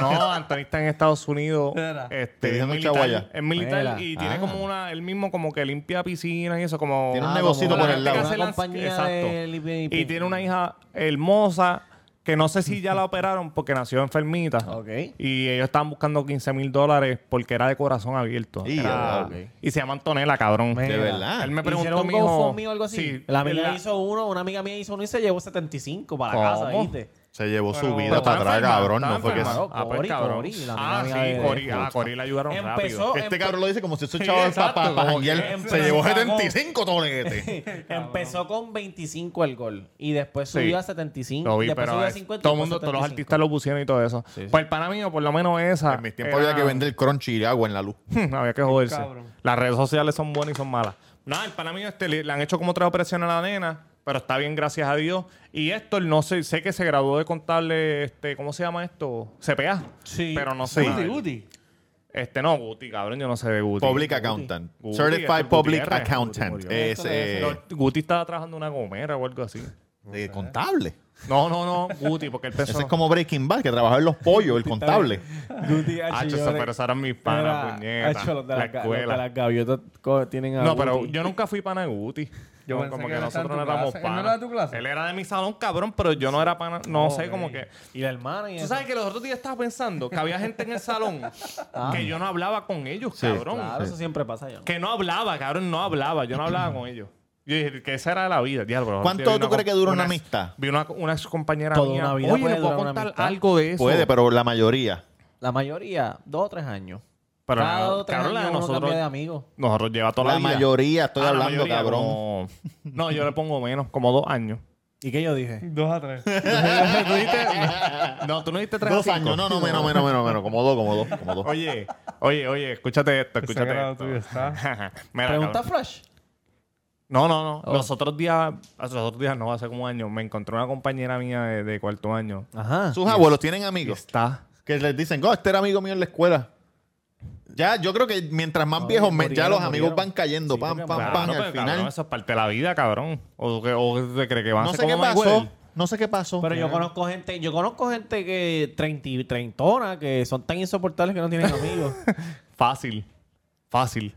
C: No, Anthony está en Estados Unidos.
B: Era.
A: Te
C: Este, es
A: dicen
C: militar,
A: Chaguaya.
C: es militar
D: Era.
C: y tiene
D: Ah.
C: como una... Él mismo como que limpia piscinas y eso, como...
A: Tiene un
D: Ah,
A: negocito
D: como
A: por
D: la
A: el
D: gente
A: lado.
D: que hace
C: Una
D: las-
C: compañía
D: exacto.
C: de
D: Lipi-
C: Y tiene una hija hermosa que no sé si ya la operaron porque nació enfermita.
D: Ok.
C: Y ellos estaban buscando 15 mil dólares porque era de corazón abierto.
A: Y,
C: Era-
A: ah, ok.
C: y se llama Antonella, cabrón.
A: De
D: Mira.
A: verdad.
C: Él me
D: Hicieron
C: preguntó,
D: un
C: mijo,
D: GoFundMe o algo así.
C: sí,
D: la amiga
C: la-
D: hizo uno, una amiga mía hizo uno y se llevó 75 para la casa,
C: ¿Cómo? (laughs)
D: ¿viste?
A: Se llevó su
C: Pero-
A: vida
C: pero
A: para
C: estaba
A: atrás,
C: enferma,
A: cabrón. No
C: estaba
A: fue que.
C: enferma,
D: No,
C: Ah, pues,
D: Cori,
C: cabrón.
D: Cori, la
C: Ah,
D: amiga
C: sí,
D: de-
C: Cori. Ah,
D: Pucha.
C: Cori la ayudaron
D: Empezó-
C: rápido.
A: Este cabrón lo dice como si se
C: Sí,
A: chaval
C: exacto,
A: para
C: como
A: janguear.
D: que
A: Se llevó
D: empezó-
A: 75 (laughs) toletes.
D: Empezó con 25 el gol y después
C: Sí.
D: subió a 75.
C: Lo vi,
D: después
C: pero
D: subió a
C: es-
D: 50.
C: todo el mundo, todos los artistas lo pusieron y todo eso.
D: Sí, sí.
C: Pues el pana mío, por lo menos esa.
A: En mis tiempos
C: era-
A: había que vender crunchy y agua en la luz.
C: Hmm, (laughs) Había que joderse.
B: cabrón.
C: Las redes sociales son buenas y son malas. Nada, el pana mío este, le, le han hecho como tres operaciones a la nena, pero está bien, gracias a Dios. Y Héctor, no sé, sé que se graduó de contable, este, ¿cómo se llama esto? CPA.
B: Sí.
C: Pero no sé.
B: Guti, Guti.
C: Este no, Guti, cabrón, yo no sé de Guti.
A: Public Accountant.
C: Guti,
A: Certified
C: Héctor
A: Public
C: Gutiérrez.
A: Accountant. Es eh,
C: No, Guti estaba trabajando en una gomera o algo así. eh,
A: de contable.
C: No, no, no, Guti, porque él pensó.
A: Ese es como Breaking Bad, que trabajaba en los pollos, el contable.
D: (laughs) Guti,
C: Ah,
D: hacho,
C: eso,
D: yo le-
C: pero eran mis
D: Era-
C: panas,
D: hacho,
C: puñetas.
D: los de
C: La
D: las ga- los de
C: escuela.
D: las gaviotas co- tienen a
C: No, pero
D: Guti.
C: yo nunca fui pana de Guti.
B: Yo
C: No,
B: pensé
C: como
B: que
C: que,
B: él estaba
C: nosotros
B: en
C: no
B: tu
C: éramos
B: clase. ¿Él no
C: pana.
B: era de tu clase?
C: Él era de mi salón, cabrón, pero yo no era pana. No sé,
B: ok.
C: como que.
D: Y la hermana y
C: Tú
D: eso.
C: sabes que los otros días estaba pensando que había gente en el
B: (laughs)
C: salón
B: Ah.
C: que yo no hablaba con ellos,
A: Sí,
C: cabrón.
D: Claro, eso siempre pasa ya.
C: Que no hablaba, cabrón, no hablaba. Yo no hablaba con ellos. Yo dije que esa era la vida. diablo, pero
A: ¿Cuánto
C: vi una
A: tú crees que
C: com-
A: dura una amistad?
C: Vi una, una ex compañera
D: Toda
C: mía.
D: una vida
C: Oye,
D: puede
C: ¿le puedo
D: durar una
C: contar
D: amistad?
C: algo de eso?
A: Puede, pero la mayoría.
D: La mayoría, dos o tres años.
C: Pero
D: Cada
C: la-
D: dos o tres
C: cabrón, la de
D: años uno
C: nosotros-
D: cambia de amigo.
C: Nosotros lleva toda la,
A: La
C: vida.
A: mayoría, estoy
C: Ah, la
A: hablando,
C: mayoría,
A: cabrón.
C: como- No, yo le pongo menos, como dos
A: (laughs)
C: años.
D: ¿Y qué yo dije?
B: Dos a tres.
C: ¿Tú dijiste- no, tú no diste tres a
A: Dos
C: cinco?
A: años, no, no, menos, menos, menos, menos. Como dos, como dos, como dos.
C: Oye, oye, oye, escúchate esto, escúchate
B: grado
C: esto.
B: tuyo está.
C: (laughs) Mira,
D: Pregunta
C: cabrón.
D: Flash.
C: No, no, no.
D: Oh.
C: Los otros días, los otros días no, hace como un año, me encontré una compañera mía de, de cuarto año.
D: Ajá.
A: Sus abuelos tienen
C: Y
A: amigos
C: está.
A: que les dicen, oh, este era amigo mío en la escuela. Ya, yo creo que mientras más
D: No,
A: viejos, me-
D: murieron,
A: ya los amigos
D: murieron.
A: van cayendo,
D: Sí,
A: pam,
D: porque
A: pam,
C: Claro,
A: pam,
C: pero,
A: al
C: cabrón,
A: final.
C: eso es parte de la vida, cabrón. O, que, o te crees que van a
A: No
C: ser
A: sé qué
C: como
A: pasó,
C: Mayweather.
A: no sé qué pasó.
D: Pero yo conozco gente, yo conozco gente que 30 y treintona, que son tan insoportables que no tienen
C: (laughs)
D: amigos.
C: Fácil. Fácil.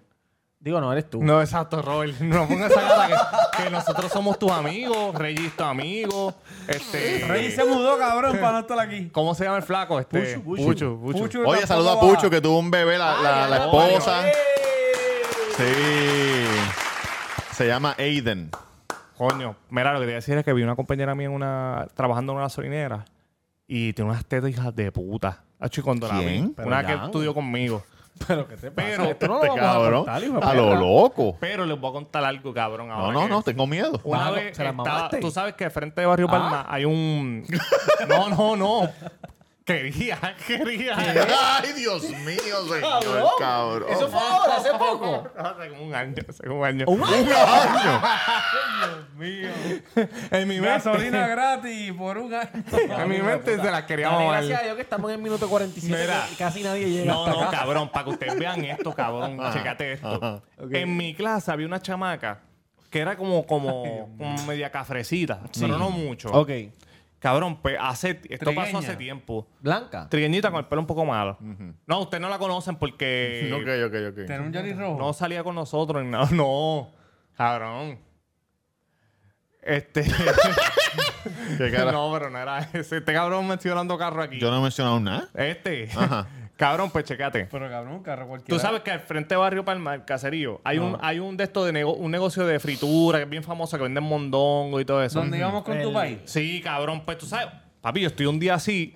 D: Digo, no eres tú.
C: No, exacto, Robert. (laughs) No pongas esa cara que, que nosotros somos tus amigos, Regis tu amigo. Este,
B: Rey se mudó, cabrón, para no estar aquí.
C: ¿Cómo se llama el flaco? Este,
D: Puchu, Puchu.
C: Puchu.
B: Puchu
A: Oye,
B: tampoco
A: saluda a
B: va.
A: Pucho que tuvo un bebé, la, la- la esposa. Sí. Se llama Aiden.
C: Coño, mira, lo que te iba a decir es que vi una compañera mía en una, trabajando en una gasolinera y tiene unas tetas hijas de puta. Hacho, y cuando la vi,
A: ¿Quién?
C: una
D: Pero
C: que
D: ya.
C: estudió conmigo.
D: Pero que te pasa?
C: Pero,
D: Esto no lo
A: Este
D: vamos
A: cabrón.
D: a cortar, hijo de
A: A lo
D: perra.
A: loco.
C: Pero les voy a contar algo, cabrón.
A: No,
C: ahora
A: no,
C: que-
A: no, tengo miedo.
C: Una
D: Ah, no,
C: vez
D: ¿se las
C: estaba-
D: mamaste? Ah.
C: tú sabes que frente de Barrio Palma hay un... No, no, no. Quería, quería.
A: Ay, Dios mío, señor, cabrón.
D: Eso fue ahora, hace poco.
C: Hace como un año, hace como un año.
D: Un año.
C: En mi mente,
B: Gasolina gratis por un año.
C: en mi mente se las quería
D: Dale,
C: mamar.
D: Gracias a Dios que estamos en el minuto 47
C: Mira.
D: que casi nadie llega
C: No,
D: hasta
C: no,
D: acá.
C: cabrón, para que ustedes vean esto, cabrón. Chécate esto. En mi clase había una chamaca que era como, como, como media cafrecita, pero no mucho.
D: Ok.
C: Cabrón, pues hace, esto pasó
B: Trigueña.
C: hace tiempo.
D: Blanca.
C: Trigueñita con el pelo un poco malo. No, ustedes no la
D: (laughs)
C: conocen porque
A: Ok, ok, ok.
B: Tener un Johnny rojo.
C: no salía con nosotros ni nada. (laughs) No, cabrón. Este.
A: (laughs) ¿Qué cara?
C: (laughs) no, pero no era ese. Este cabrón mencionando carro aquí.
A: Yo no he mencionado nada.
C: Este.
A: Ajá.
C: (laughs) Cabrón, pues chécate.
B: Pero cabrón, un carro cualquiera.
C: Tú sabes que al frente de Barrio Palma, el caserío, hay un hay un de estos de nego- un negocio de fritura que es bien famoso que venden mondongo y todo eso.
B: ¿Dónde íbamos con
D: El-
B: tu país?
C: Sí, cabrón, pues tú sabes, papi, yo estoy un día así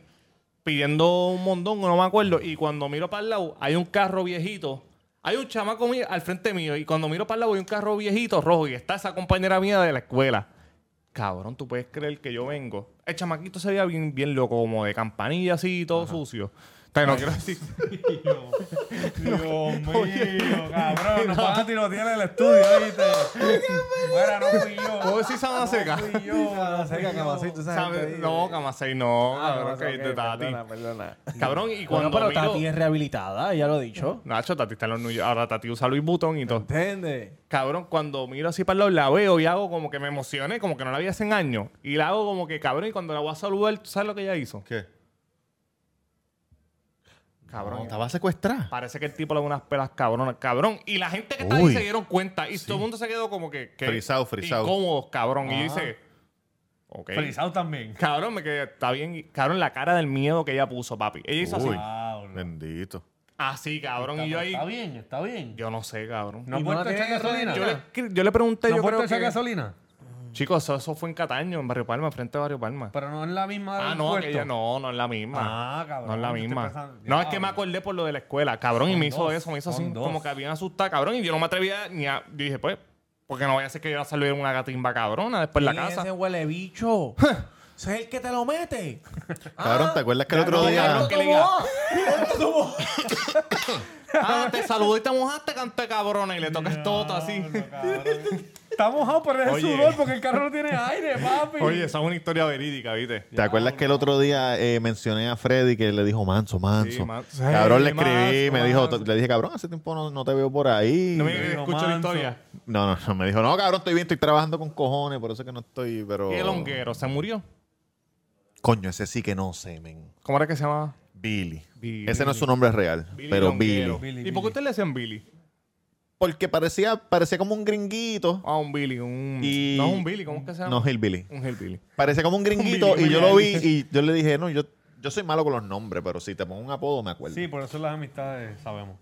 C: pidiendo un mondongo, no me acuerdo, y cuando miro para el lado hay un carro viejito Hay un chamaco mío al frente mío y cuando miro para el lado hay un carro viejito rojo y está esa compañera mía de la escuela. Cabrón, tú puedes creer que yo vengo. El chamaquito se veía bien, bien loco, como de campanilla así, todo sucio. Te no quiero decir.
B: (laughs) Dios mío, cabrón. Nos van a tirotear el estudio, ¿viste? Fuera, no fui yo.
C: (laughs) ¿Puedo decir sábana seca?
B: Fui yo.
D: Seca, Camasí, tú sabes,
C: ¿Sabes?
D: te-
C: No, Camasei, no.
D: Ah,
C: cabrón,
D: ok,
C: que de Tati.
D: perdona, perdona.
C: Cabrón, y
D: Bueno,
C: cuando
D: pero
C: miro-
D: Tati es rehabilitada, ya lo he dicho.
C: Nacho, Tati está en los New York. Ahora Tati usa Luis Butón y todo.
D: ¿Entiendes?
C: Cabrón, cuando miro así para el lado, la veo y hago como que me emocioné, como que no la vi hace un año. Y la hago como que, cabrón, y cuando la voy a saludar, ¿tú sabes lo que ella hizo?
A: ¿Qué?
C: Cabrón.
A: No, estaba secuestrada.
C: Parece que el tipo le da unas pelas cabronas, cabrón. Y la gente que está ahí
A: Uy.
C: se dieron cuenta. Y todo el mundo se quedó como que... que
A: Frisado, frisado.
C: Incómodos, cabrón. Y yo hice... Ok.
B: Felizado también.
C: Cabrón, me quedé... Está bien. Y, Cabrón, la cara del miedo que ella puso, papi. Ella hizo
A: Uy.
C: así.
A: Bendito.
C: Así, cabrón. y yo ahí...
B: Está bien, está bien.
C: Yo no sé, cabrón.
B: ¿No
D: ¿Y
B: has
D: no la
B: vuelto a echar
D: tiene que
B: gasolina?
C: Yo, le, yo le pregunté,
B: ¿No has
C: yo
B: vuelto
C: creo
B: a echar
C: que...
B: gasolina?
C: Chicos, eso, eso fue en Cataño, en Barrio Palma, frente a Barrio Palma.
B: Pero no es la misma del
C: Ah, no,
B: puerto.
C: aquella no, no es la misma.
B: Ah, cabrón,
C: No es la
B: yo estoy
C: misma.
B: pensando-
C: No, es que
B: Diablo.
C: me acordé por lo de la escuela, cabrón, y
B: Son
C: me hizo
B: dos,
C: eso, me hizo
B: son
C: así,
B: dos.
C: como que bien asustada, cabrón, y yo no me atrevía ni a... Yo dije, pues, porque no vaya a ser que yo la salude en una gatimba cabrona después en la
D: ¿Quién es
C: casa.
D: Ese huele bicho. Ese es el que te lo mete.
A: Cabrón, ¿te acuerdas que el otro
C: no,
A: día.
C: cabrón. que le diga. Ah, te saludé y te mojaste, canté cabrona, y le tocas todo así.
B: Está mojado, pero es el
C: Oye.
B: sudor porque el carro no tiene aire, papi.
C: Oye, esa es una historia verídica, ¿viste?
A: ¿Te acuerdas que el otro día eh, mencioné a Freddy que le dijo manso, manso?
C: Sí, manso.
A: Cabrón, le
C: Sí,
A: escribí,
C: manso,
A: me dijo,
C: manso.
A: le dije, cabrón, hace tiempo no, no te veo por ahí.
C: No me
B: Yo digo,
C: escucho la
B: manso.
C: historia.
A: No, no, no, me dijo, no, cabrón, estoy bien, estoy trabajando con cojones, por eso es que no estoy, pero...
C: Qué longuero, se murió.
A: Coño, ese sí que no sé, men.
C: ¿Cómo era que se llamaba?
A: Billy.
C: Billy.
A: Ese no es su nombre real,
C: Billy
A: pero
C: Longuero.
A: Billy.
B: Billy,
C: ¿Y
B: Billy.
C: por qué ustedes le decían Billy?
A: Porque parecía, parecía como un gringuito.
C: Ah, un Billy, un...
A: Y-
C: No, un Billy, ¿cómo es que se llama?
A: No, Hillbilly.
C: (laughs) Un Hillbilly.
A: Parecía como un gringuito
C: Billy,
A: y yo lo vi y
C: Billy.
A: yo le dije, no, yo, yo soy malo con los nombres, pero si te pongo un apodo me acuerdo.
B: Sí, por eso las amistades sabemos.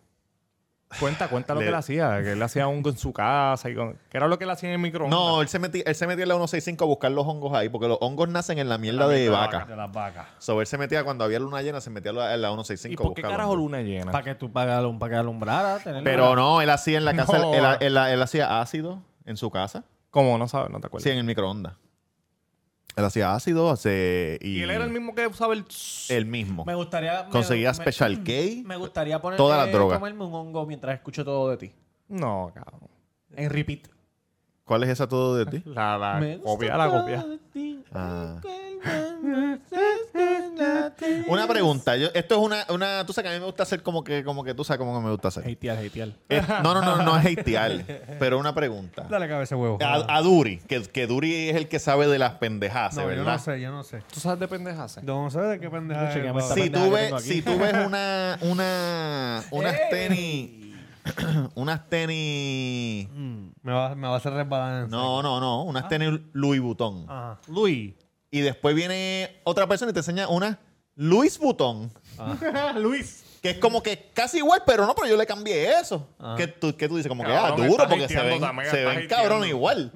C: Cuenta, cuenta lo
A: Le-
C: que él hacía, que él hacía hongo en su casa y con... ¿Qué era lo que él hacía en el microondas?
A: No, él se, metía, él se metía en la 165 a buscar los hongos ahí, porque los hongos nacen en la mierda de vaca.
B: De las vacas.
A: So, él se metía cuando había luna llena, se metía a la, a la 165
C: ¿Y
A: a
C: por qué
A: buscar
C: carajo
A: hongos.
C: luna llena?
D: Para que tú pagas para que alumbrara. tenerlo.
A: Pero no, él hacía en la casa,
C: No.
A: él, él- él hacía ácido en su casa.
C: ¿Cómo? No sabes, no te acuerdas.
A: Sí, en el microondas. Él hacía ácido, hace. Y,
C: Y él era el mismo que usaba el...
A: el mismo.
D: Me gustaría. me-
A: Conseguía
D: me-
A: Special K.
D: Me gustaría poner.
A: Todas las
D: eh,
A: drogas.
D: Comerme un hongo mientras escucho todo de ti.
C: No, cabrón.
D: En repeat.
A: ¿Cuál es esa todo de ti?
C: La, la
D: Me gusta
C: Ah, copia, la
D: todo
C: copia.
D: de ti. (laughs)
A: Ah.
D: Hatear,
A: Una pregunta. Yo, esto es una, una. Tú sabes que a mí me gusta hacer como que, como que tú sabes cómo que me gusta hacer.
D: hatear.
A: Eh, no, no, no, no es hatear. pero una pregunta.
B: Dale cabeza huevo.
A: A, a Duri, que, que Duri es el que sabe de las pendejadas,
B: no, yo
A: ¿verdad?
B: no sé, yo no sé.
C: ¿Tú sabes de pendejas?
B: No sé de qué pendeja.
D: Yo chequeé
B: es,
D: esta
A: si
D: pendeja
A: tú
D: que
A: ves,
D: tengo aquí.
A: si tú ves una, una, unas tenis, (clears throat) unas tenis,
B: Me va, me va a hacer resbalar.
A: no, no, no, unas
C: Ah.
A: tenis Louis Vuitton.
B: Ajá.
C: Luis.
A: Y después viene otra persona y te enseña unas Louis Vuitton,
C: Ah.
A: (laughs)
C: Luis.
A: que es como que casi igual, pero no, pero yo le cambié eso. Que tú, que tú dices como que, ah,
C: Ah. Cabrón,
A: duro,
C: estás
A: porque se
C: hateando
A: ven,
C: también,
A: se
C: estás
A: ven cabrón
C: hateando. (laughs) Ah,
A: igual.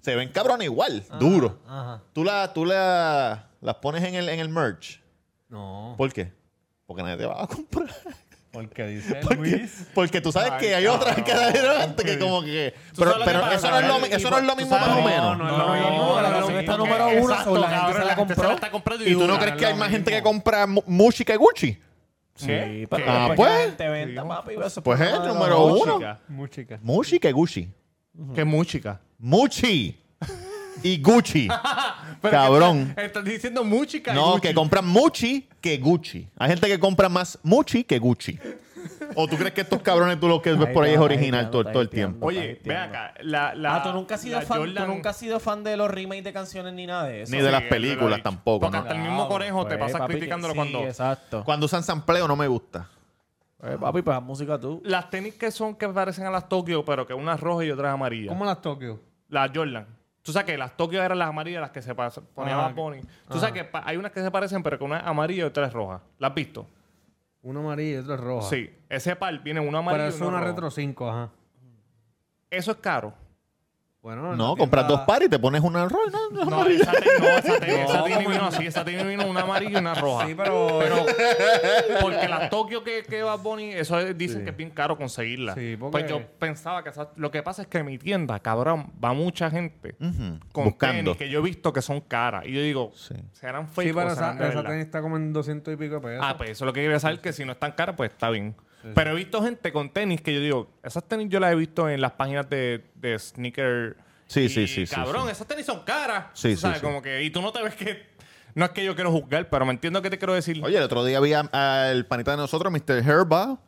A: Se ven cabrón igual, duro.
B: Ajá.
A: Tú la, tú la, las pones en el, en el merch.
B: No.
A: ¿Por qué? Porque nadie te va a comprar. (laughs)
B: Porque dice
A: Porque,
B: Luis.
A: porque tú sabes
C: Ay,
A: que hay otras (laughs) que
C: cabrón.
A: adelante que como que...
C: Tú
A: Pero,
C: sabes lo que
A: pero
C: pasa,
A: eso, no es lo, mi-
C: cabrón,
A: eso no es lo
C: pues, tú
A: mismo
C: sabes-
A: más o
B: No,
A: menos.
B: no, no, no,
D: no, la
C: no,
D: canción está
C: no,
D: número
C: que-
D: uno,
C: exacto,
D: so, la gente se la
C: cabrón,
D: compró.
C: está comprando
A: ¿Y tú no
C: dura.
A: crees que hay
C: Lo
A: más gente que
C: mismo.
A: compra mu- Mushi que Gucci?
D: Sí,
C: pero-
A: Ah,
D: después
A: pues.
D: que la gente venda, papi, eso
A: Pues es
D: problema de
A: número
D: los
A: uno.
D: chicas.
B: Muy chica.
A: Mushi que Gucci.
C: Que música.
A: Mushi y
C: (laughs)
A: Gucci. Cabrón.
C: Estás diciendo música. y
A: No,
C: Gucci.
A: que compran Mushi que Gucci. Hay gente que compra más Mushi que Gucci. ¿O tú crees que estos cabrones tú lo que ves
D: Ahí
A: por ahí es
D: está,
A: original
D: ahí
A: todo,
D: está,
A: todo el
D: ahí está.
A: tiempo?
C: Oye, ve acá. La, la,
D: Ah, tú nunca has sido
C: la
D: fan,
C: Jordan-
D: tú nunca has sido fan de los remakes de canciones ni nada de eso. pues,
A: Ni de las
C: Sí, él me lo ha
A: películas
C: dicho.
A: tampoco.
C: Porque
A: ¿no?
C: hasta el mismo conejo te pasas criticándolo cuando.
D: exacto.
A: Cuando usan sampleo no me gusta.
D: Eh, papi, pues haz música tú.
C: Las tenis que son que parecen a las Tokio, pero que una es roja y otra es amarilla.
B: ¿Cómo las Tokio?
C: Las Jordan. Tú sabes que las Tokio eran las amarillas las que se pas- ponía
B: Ah, Ajá.
C: Bad Bunny. Tú sabes que pa- hay unas que se parecen, pero que una es amarilla y otra es roja. ¿Las has visto?
B: Una amarilla y otra roja.
C: Sí. Ese par viene una amarilla
B: Pero
C: y
B: eso es una
C: roja.
B: Retro 5, ajá.
C: Eso es caro.
B: Bueno, en la
A: No, compras
B: tienda-
A: dos pares y te pones una rol. No, no,
C: No,
A: amarilla.
C: esa te- no, esa
B: (laughs)
C: te- esa tiene vino así, esa tiene vino una amarilla y una roja. (laughs)
B: Sí, pero. (laughs)
C: Porque las Tokio que, que va Bonnie, eso es- dicen que es bien caro conseguirlas.
B: Sí, porque-
C: Pues yo pensaba que esas- lo que pasa es que mi tienda, cabrón, va mucha gente
A: Ujú,
C: con
A: Buscando.
C: tenis que yo he visto que son caras. Y yo digo,
A: Sí.
C: serán fake
B: Sí, pero
C: o
B: esa,
C: serán de
B: esa
C: verdad?
B: tenis está como en 200 y pico de pesos.
C: Ah, pues eso es lo que quería saber, que si no están caras, pues está bien. Pero he visto gente con tenis que yo digo, esas tenis yo las he visto en las páginas de, de sneaker.
A: Sí,
C: Y,
A: sí, sí, sí,
C: Cabrón,
A: sí.
C: esas tenis son caras.
A: Sí,
C: Tú
A: sí,
C: sabes,
A: sí.
C: Como que, y tú no te ves que... No es que yo quiero juzgar, pero me entiendo que te quiero decir.
A: Oye, el otro día vi a- al panita de nosotros, Mr. Herba,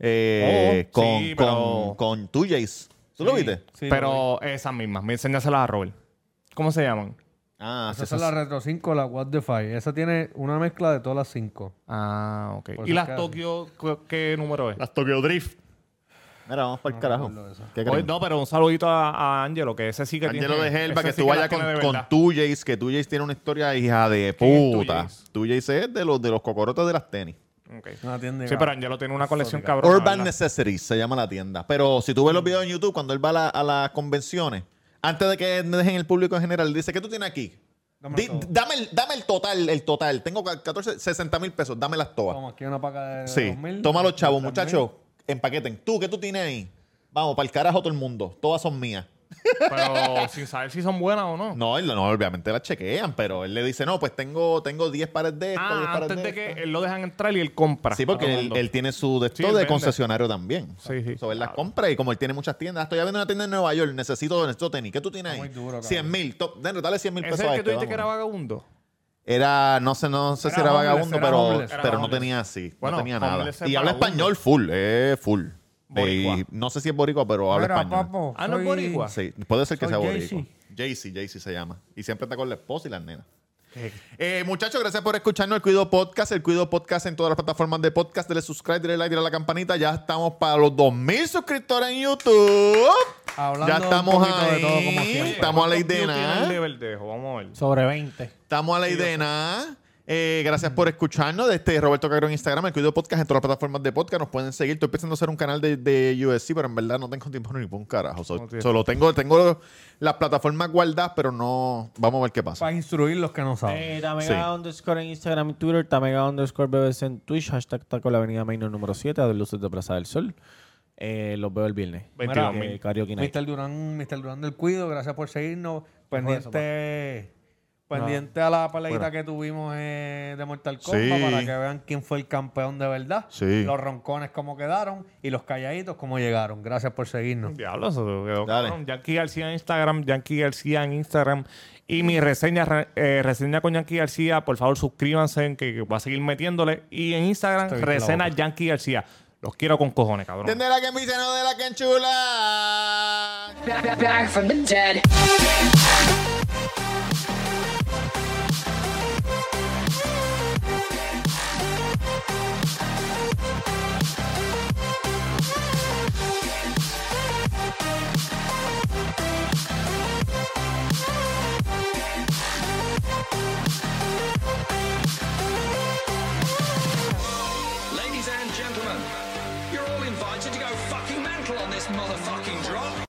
A: eh,
C: Oh,
A: con,
C: sí, pero-
A: con, con 2Js. ¿Tú lo
B: Sí,
A: viste?
B: sí, lo vi.
C: pero esas mismas, me enseñáselas a Robert. ¿Cómo se llaman?
A: Ah,
B: Esa es la Retro 5, la What the Fire. Esa tiene una mezcla de todas las 5.
C: Ah, ok.
B: Por
C: ¿Y
B: si
C: las
B: acaso.
C: Tokio, cu- qué número es?
E: Las Tokyo Drift.
A: Mira, vamos para el
B: recuerdo eso.
A: carajo. ¿Qué
C: Oye,
A: creen?
C: no, pero un saludito a, a Angelo, que ese sí que
A: Angelo
C: tiene...
A: de Helva,
C: ese
A: que
C: sí
A: tú
C: las
A: vayas con,
C: tiene de
A: con
C: verdad.
A: 2Js, que 2Js tiene una historia hija de
C: ¿Quién es
A: puta.
C: 2Js?
A: 2Js es de los, de los cocorotes de las tenis.
C: Ok.
B: Una tienda
C: Sí, pero Angelo tiene una colección
B: Exótica.
C: cabrón.
A: Urban
C: ¿verdad?
A: Necessities se llama la tienda. Pero si tú ves los
C: Mm.
A: videos en YouTube, cuando él va a, la- a las convenciones, antes de que dejen el público en general, dice, ¿qué tú tienes aquí?
B: Dame
A: Di-
B: todo.
A: dame, el, dame el total, el total. Tengo 14, 60 mil pesos, dame las todas.
B: Como aquí una paca
C: eh,
B: de
A: Sí,
B: 2000.
A: toma los chavos,
B: 3000.
A: muchachos. Empaqueten. Tú, ¿qué tú tienes ahí? Vamos, para el carajo todo el mundo. Todas son mías.
C: (laughs) Pero sin saber si son buenas o no. Ah,
A: No, él- no, obviamente las chequean, pero él le dice, no, pues tengo, tengo 10 pares de estas, 10
C: Ah,
A: pares
C: antes de que
A: estas".
C: él lo dejan entrar y él compra.
A: Sí, porque él, él tiene su de
C: Sí,
A: esto de
C: él vende.
A: concesionario también.
C: Sí, sí.
A: So, él las compra y como él tiene muchas tiendas, "Ah, estoy abriendo una tienda en Nueva York, necesito, necesito tenis. ¿Qué tú tienes
B: Está
A: ahí?
B: muy duro, cabrón.
A: 100 mil. to- Dale, dale 100 mil
C: ¿Ese
A: pesos
C: es el
A: a
C: que tú
A: este.
C: dijiste que era
A: vámonos.
C: vagabundo?
A: Era, no sé, no sé si
B: Era
A: era
B: homeless,
A: vagabundo,
B: era
A: pero,
B: homeless.
A: pero
C: Era
A: no
C: homeless.
A: tenía así.
C: Bueno,
A: no tenía nada.
C: homeless es
A: Y habla
C: vagabundo.
A: español full, eh, full.
C: Boricua.
A: Y no sé si es boricua, pero habla
B: Mira,
A: español.
B: papo,
C: Ah, no,
B: soy-
C: boricua.
A: Sí, puede ser que
B: Soy
A: sea
B: Jay-Z.
A: boricua. Jaycee, Jaycee se llama. Y siempre está con la esposa y las nenas. Eh, muchachos, gracias por escucharnos el Cuido Podcast. El Cuido Podcast en todas las plataformas de podcast. Dele subscribe, dele like, dele a la campanita. Ya estamos para los 2.000 suscriptores en YouTube.
B: Hablando
A: ya
B: un
A: estamos
B: poquito de
A: ahí.
B: todo, como siempre.
A: estamos a la
C: ¿Cuántos views tiene el de
A: idea.
C: Verdejo? Vamos a ver.
D: Sobre 20.
A: Estamos a la idea. Eh, gracias por escucharnos. De este Roberto Cagro en Instagram, el Cuido Podcast en todas las plataformas de podcast. Nos pueden seguir. Estoy pensando hacer un canal de, de USC, pero en verdad no tengo tiempo ni para un carajo. So-
C: No tienes.
A: solo tengo, tengo las plataformas guardadas, pero no. Vamos a ver qué pasa.
B: Para instruir los que no saben.
D: Eh,
A: Sí.
D: Tamega underscore en Instagram y Twitter, Tamega underscore BBC en Twitch, hashtag Taco la Avenida Maino número 7, a dos luces de Plaza del Sol. Eh, los veo el viernes.
C: 22
D: Mira,
C: mil.
D: eh, karaoke night.
B: Mr. Durán, Mr. Durán del Cuido, gracias por seguirnos. Pendiente, pendiente a la peleita que tuvimos eh, de Mortal Kombat
A: Ah. Sí.
B: para que vean quién fue el campeón de verdad.
A: Sí.
B: Los roncones cómo quedaron y los calladitos cómo llegaron. Gracias por seguirnos.
C: Diablo, eso quedó
A: Dale.
C: cabrón. Yankee García en Instagram, Yankee García en Instagram. Y mi reseña, re- eh, reseña con Yankee García, por favor suscríbanse, en que, que voy a seguir metiéndole. Y en Instagram,
B: Estoy
C: resena
B: loco.
C: Yankee García. Los quiero con cojones, cabrón.
A: Desde la que me dice no de la que enchula.
F: back, back, back from the dead.
H: Ladies and gentlemen, you're all invited to go fucking mental on this motherfucking drop.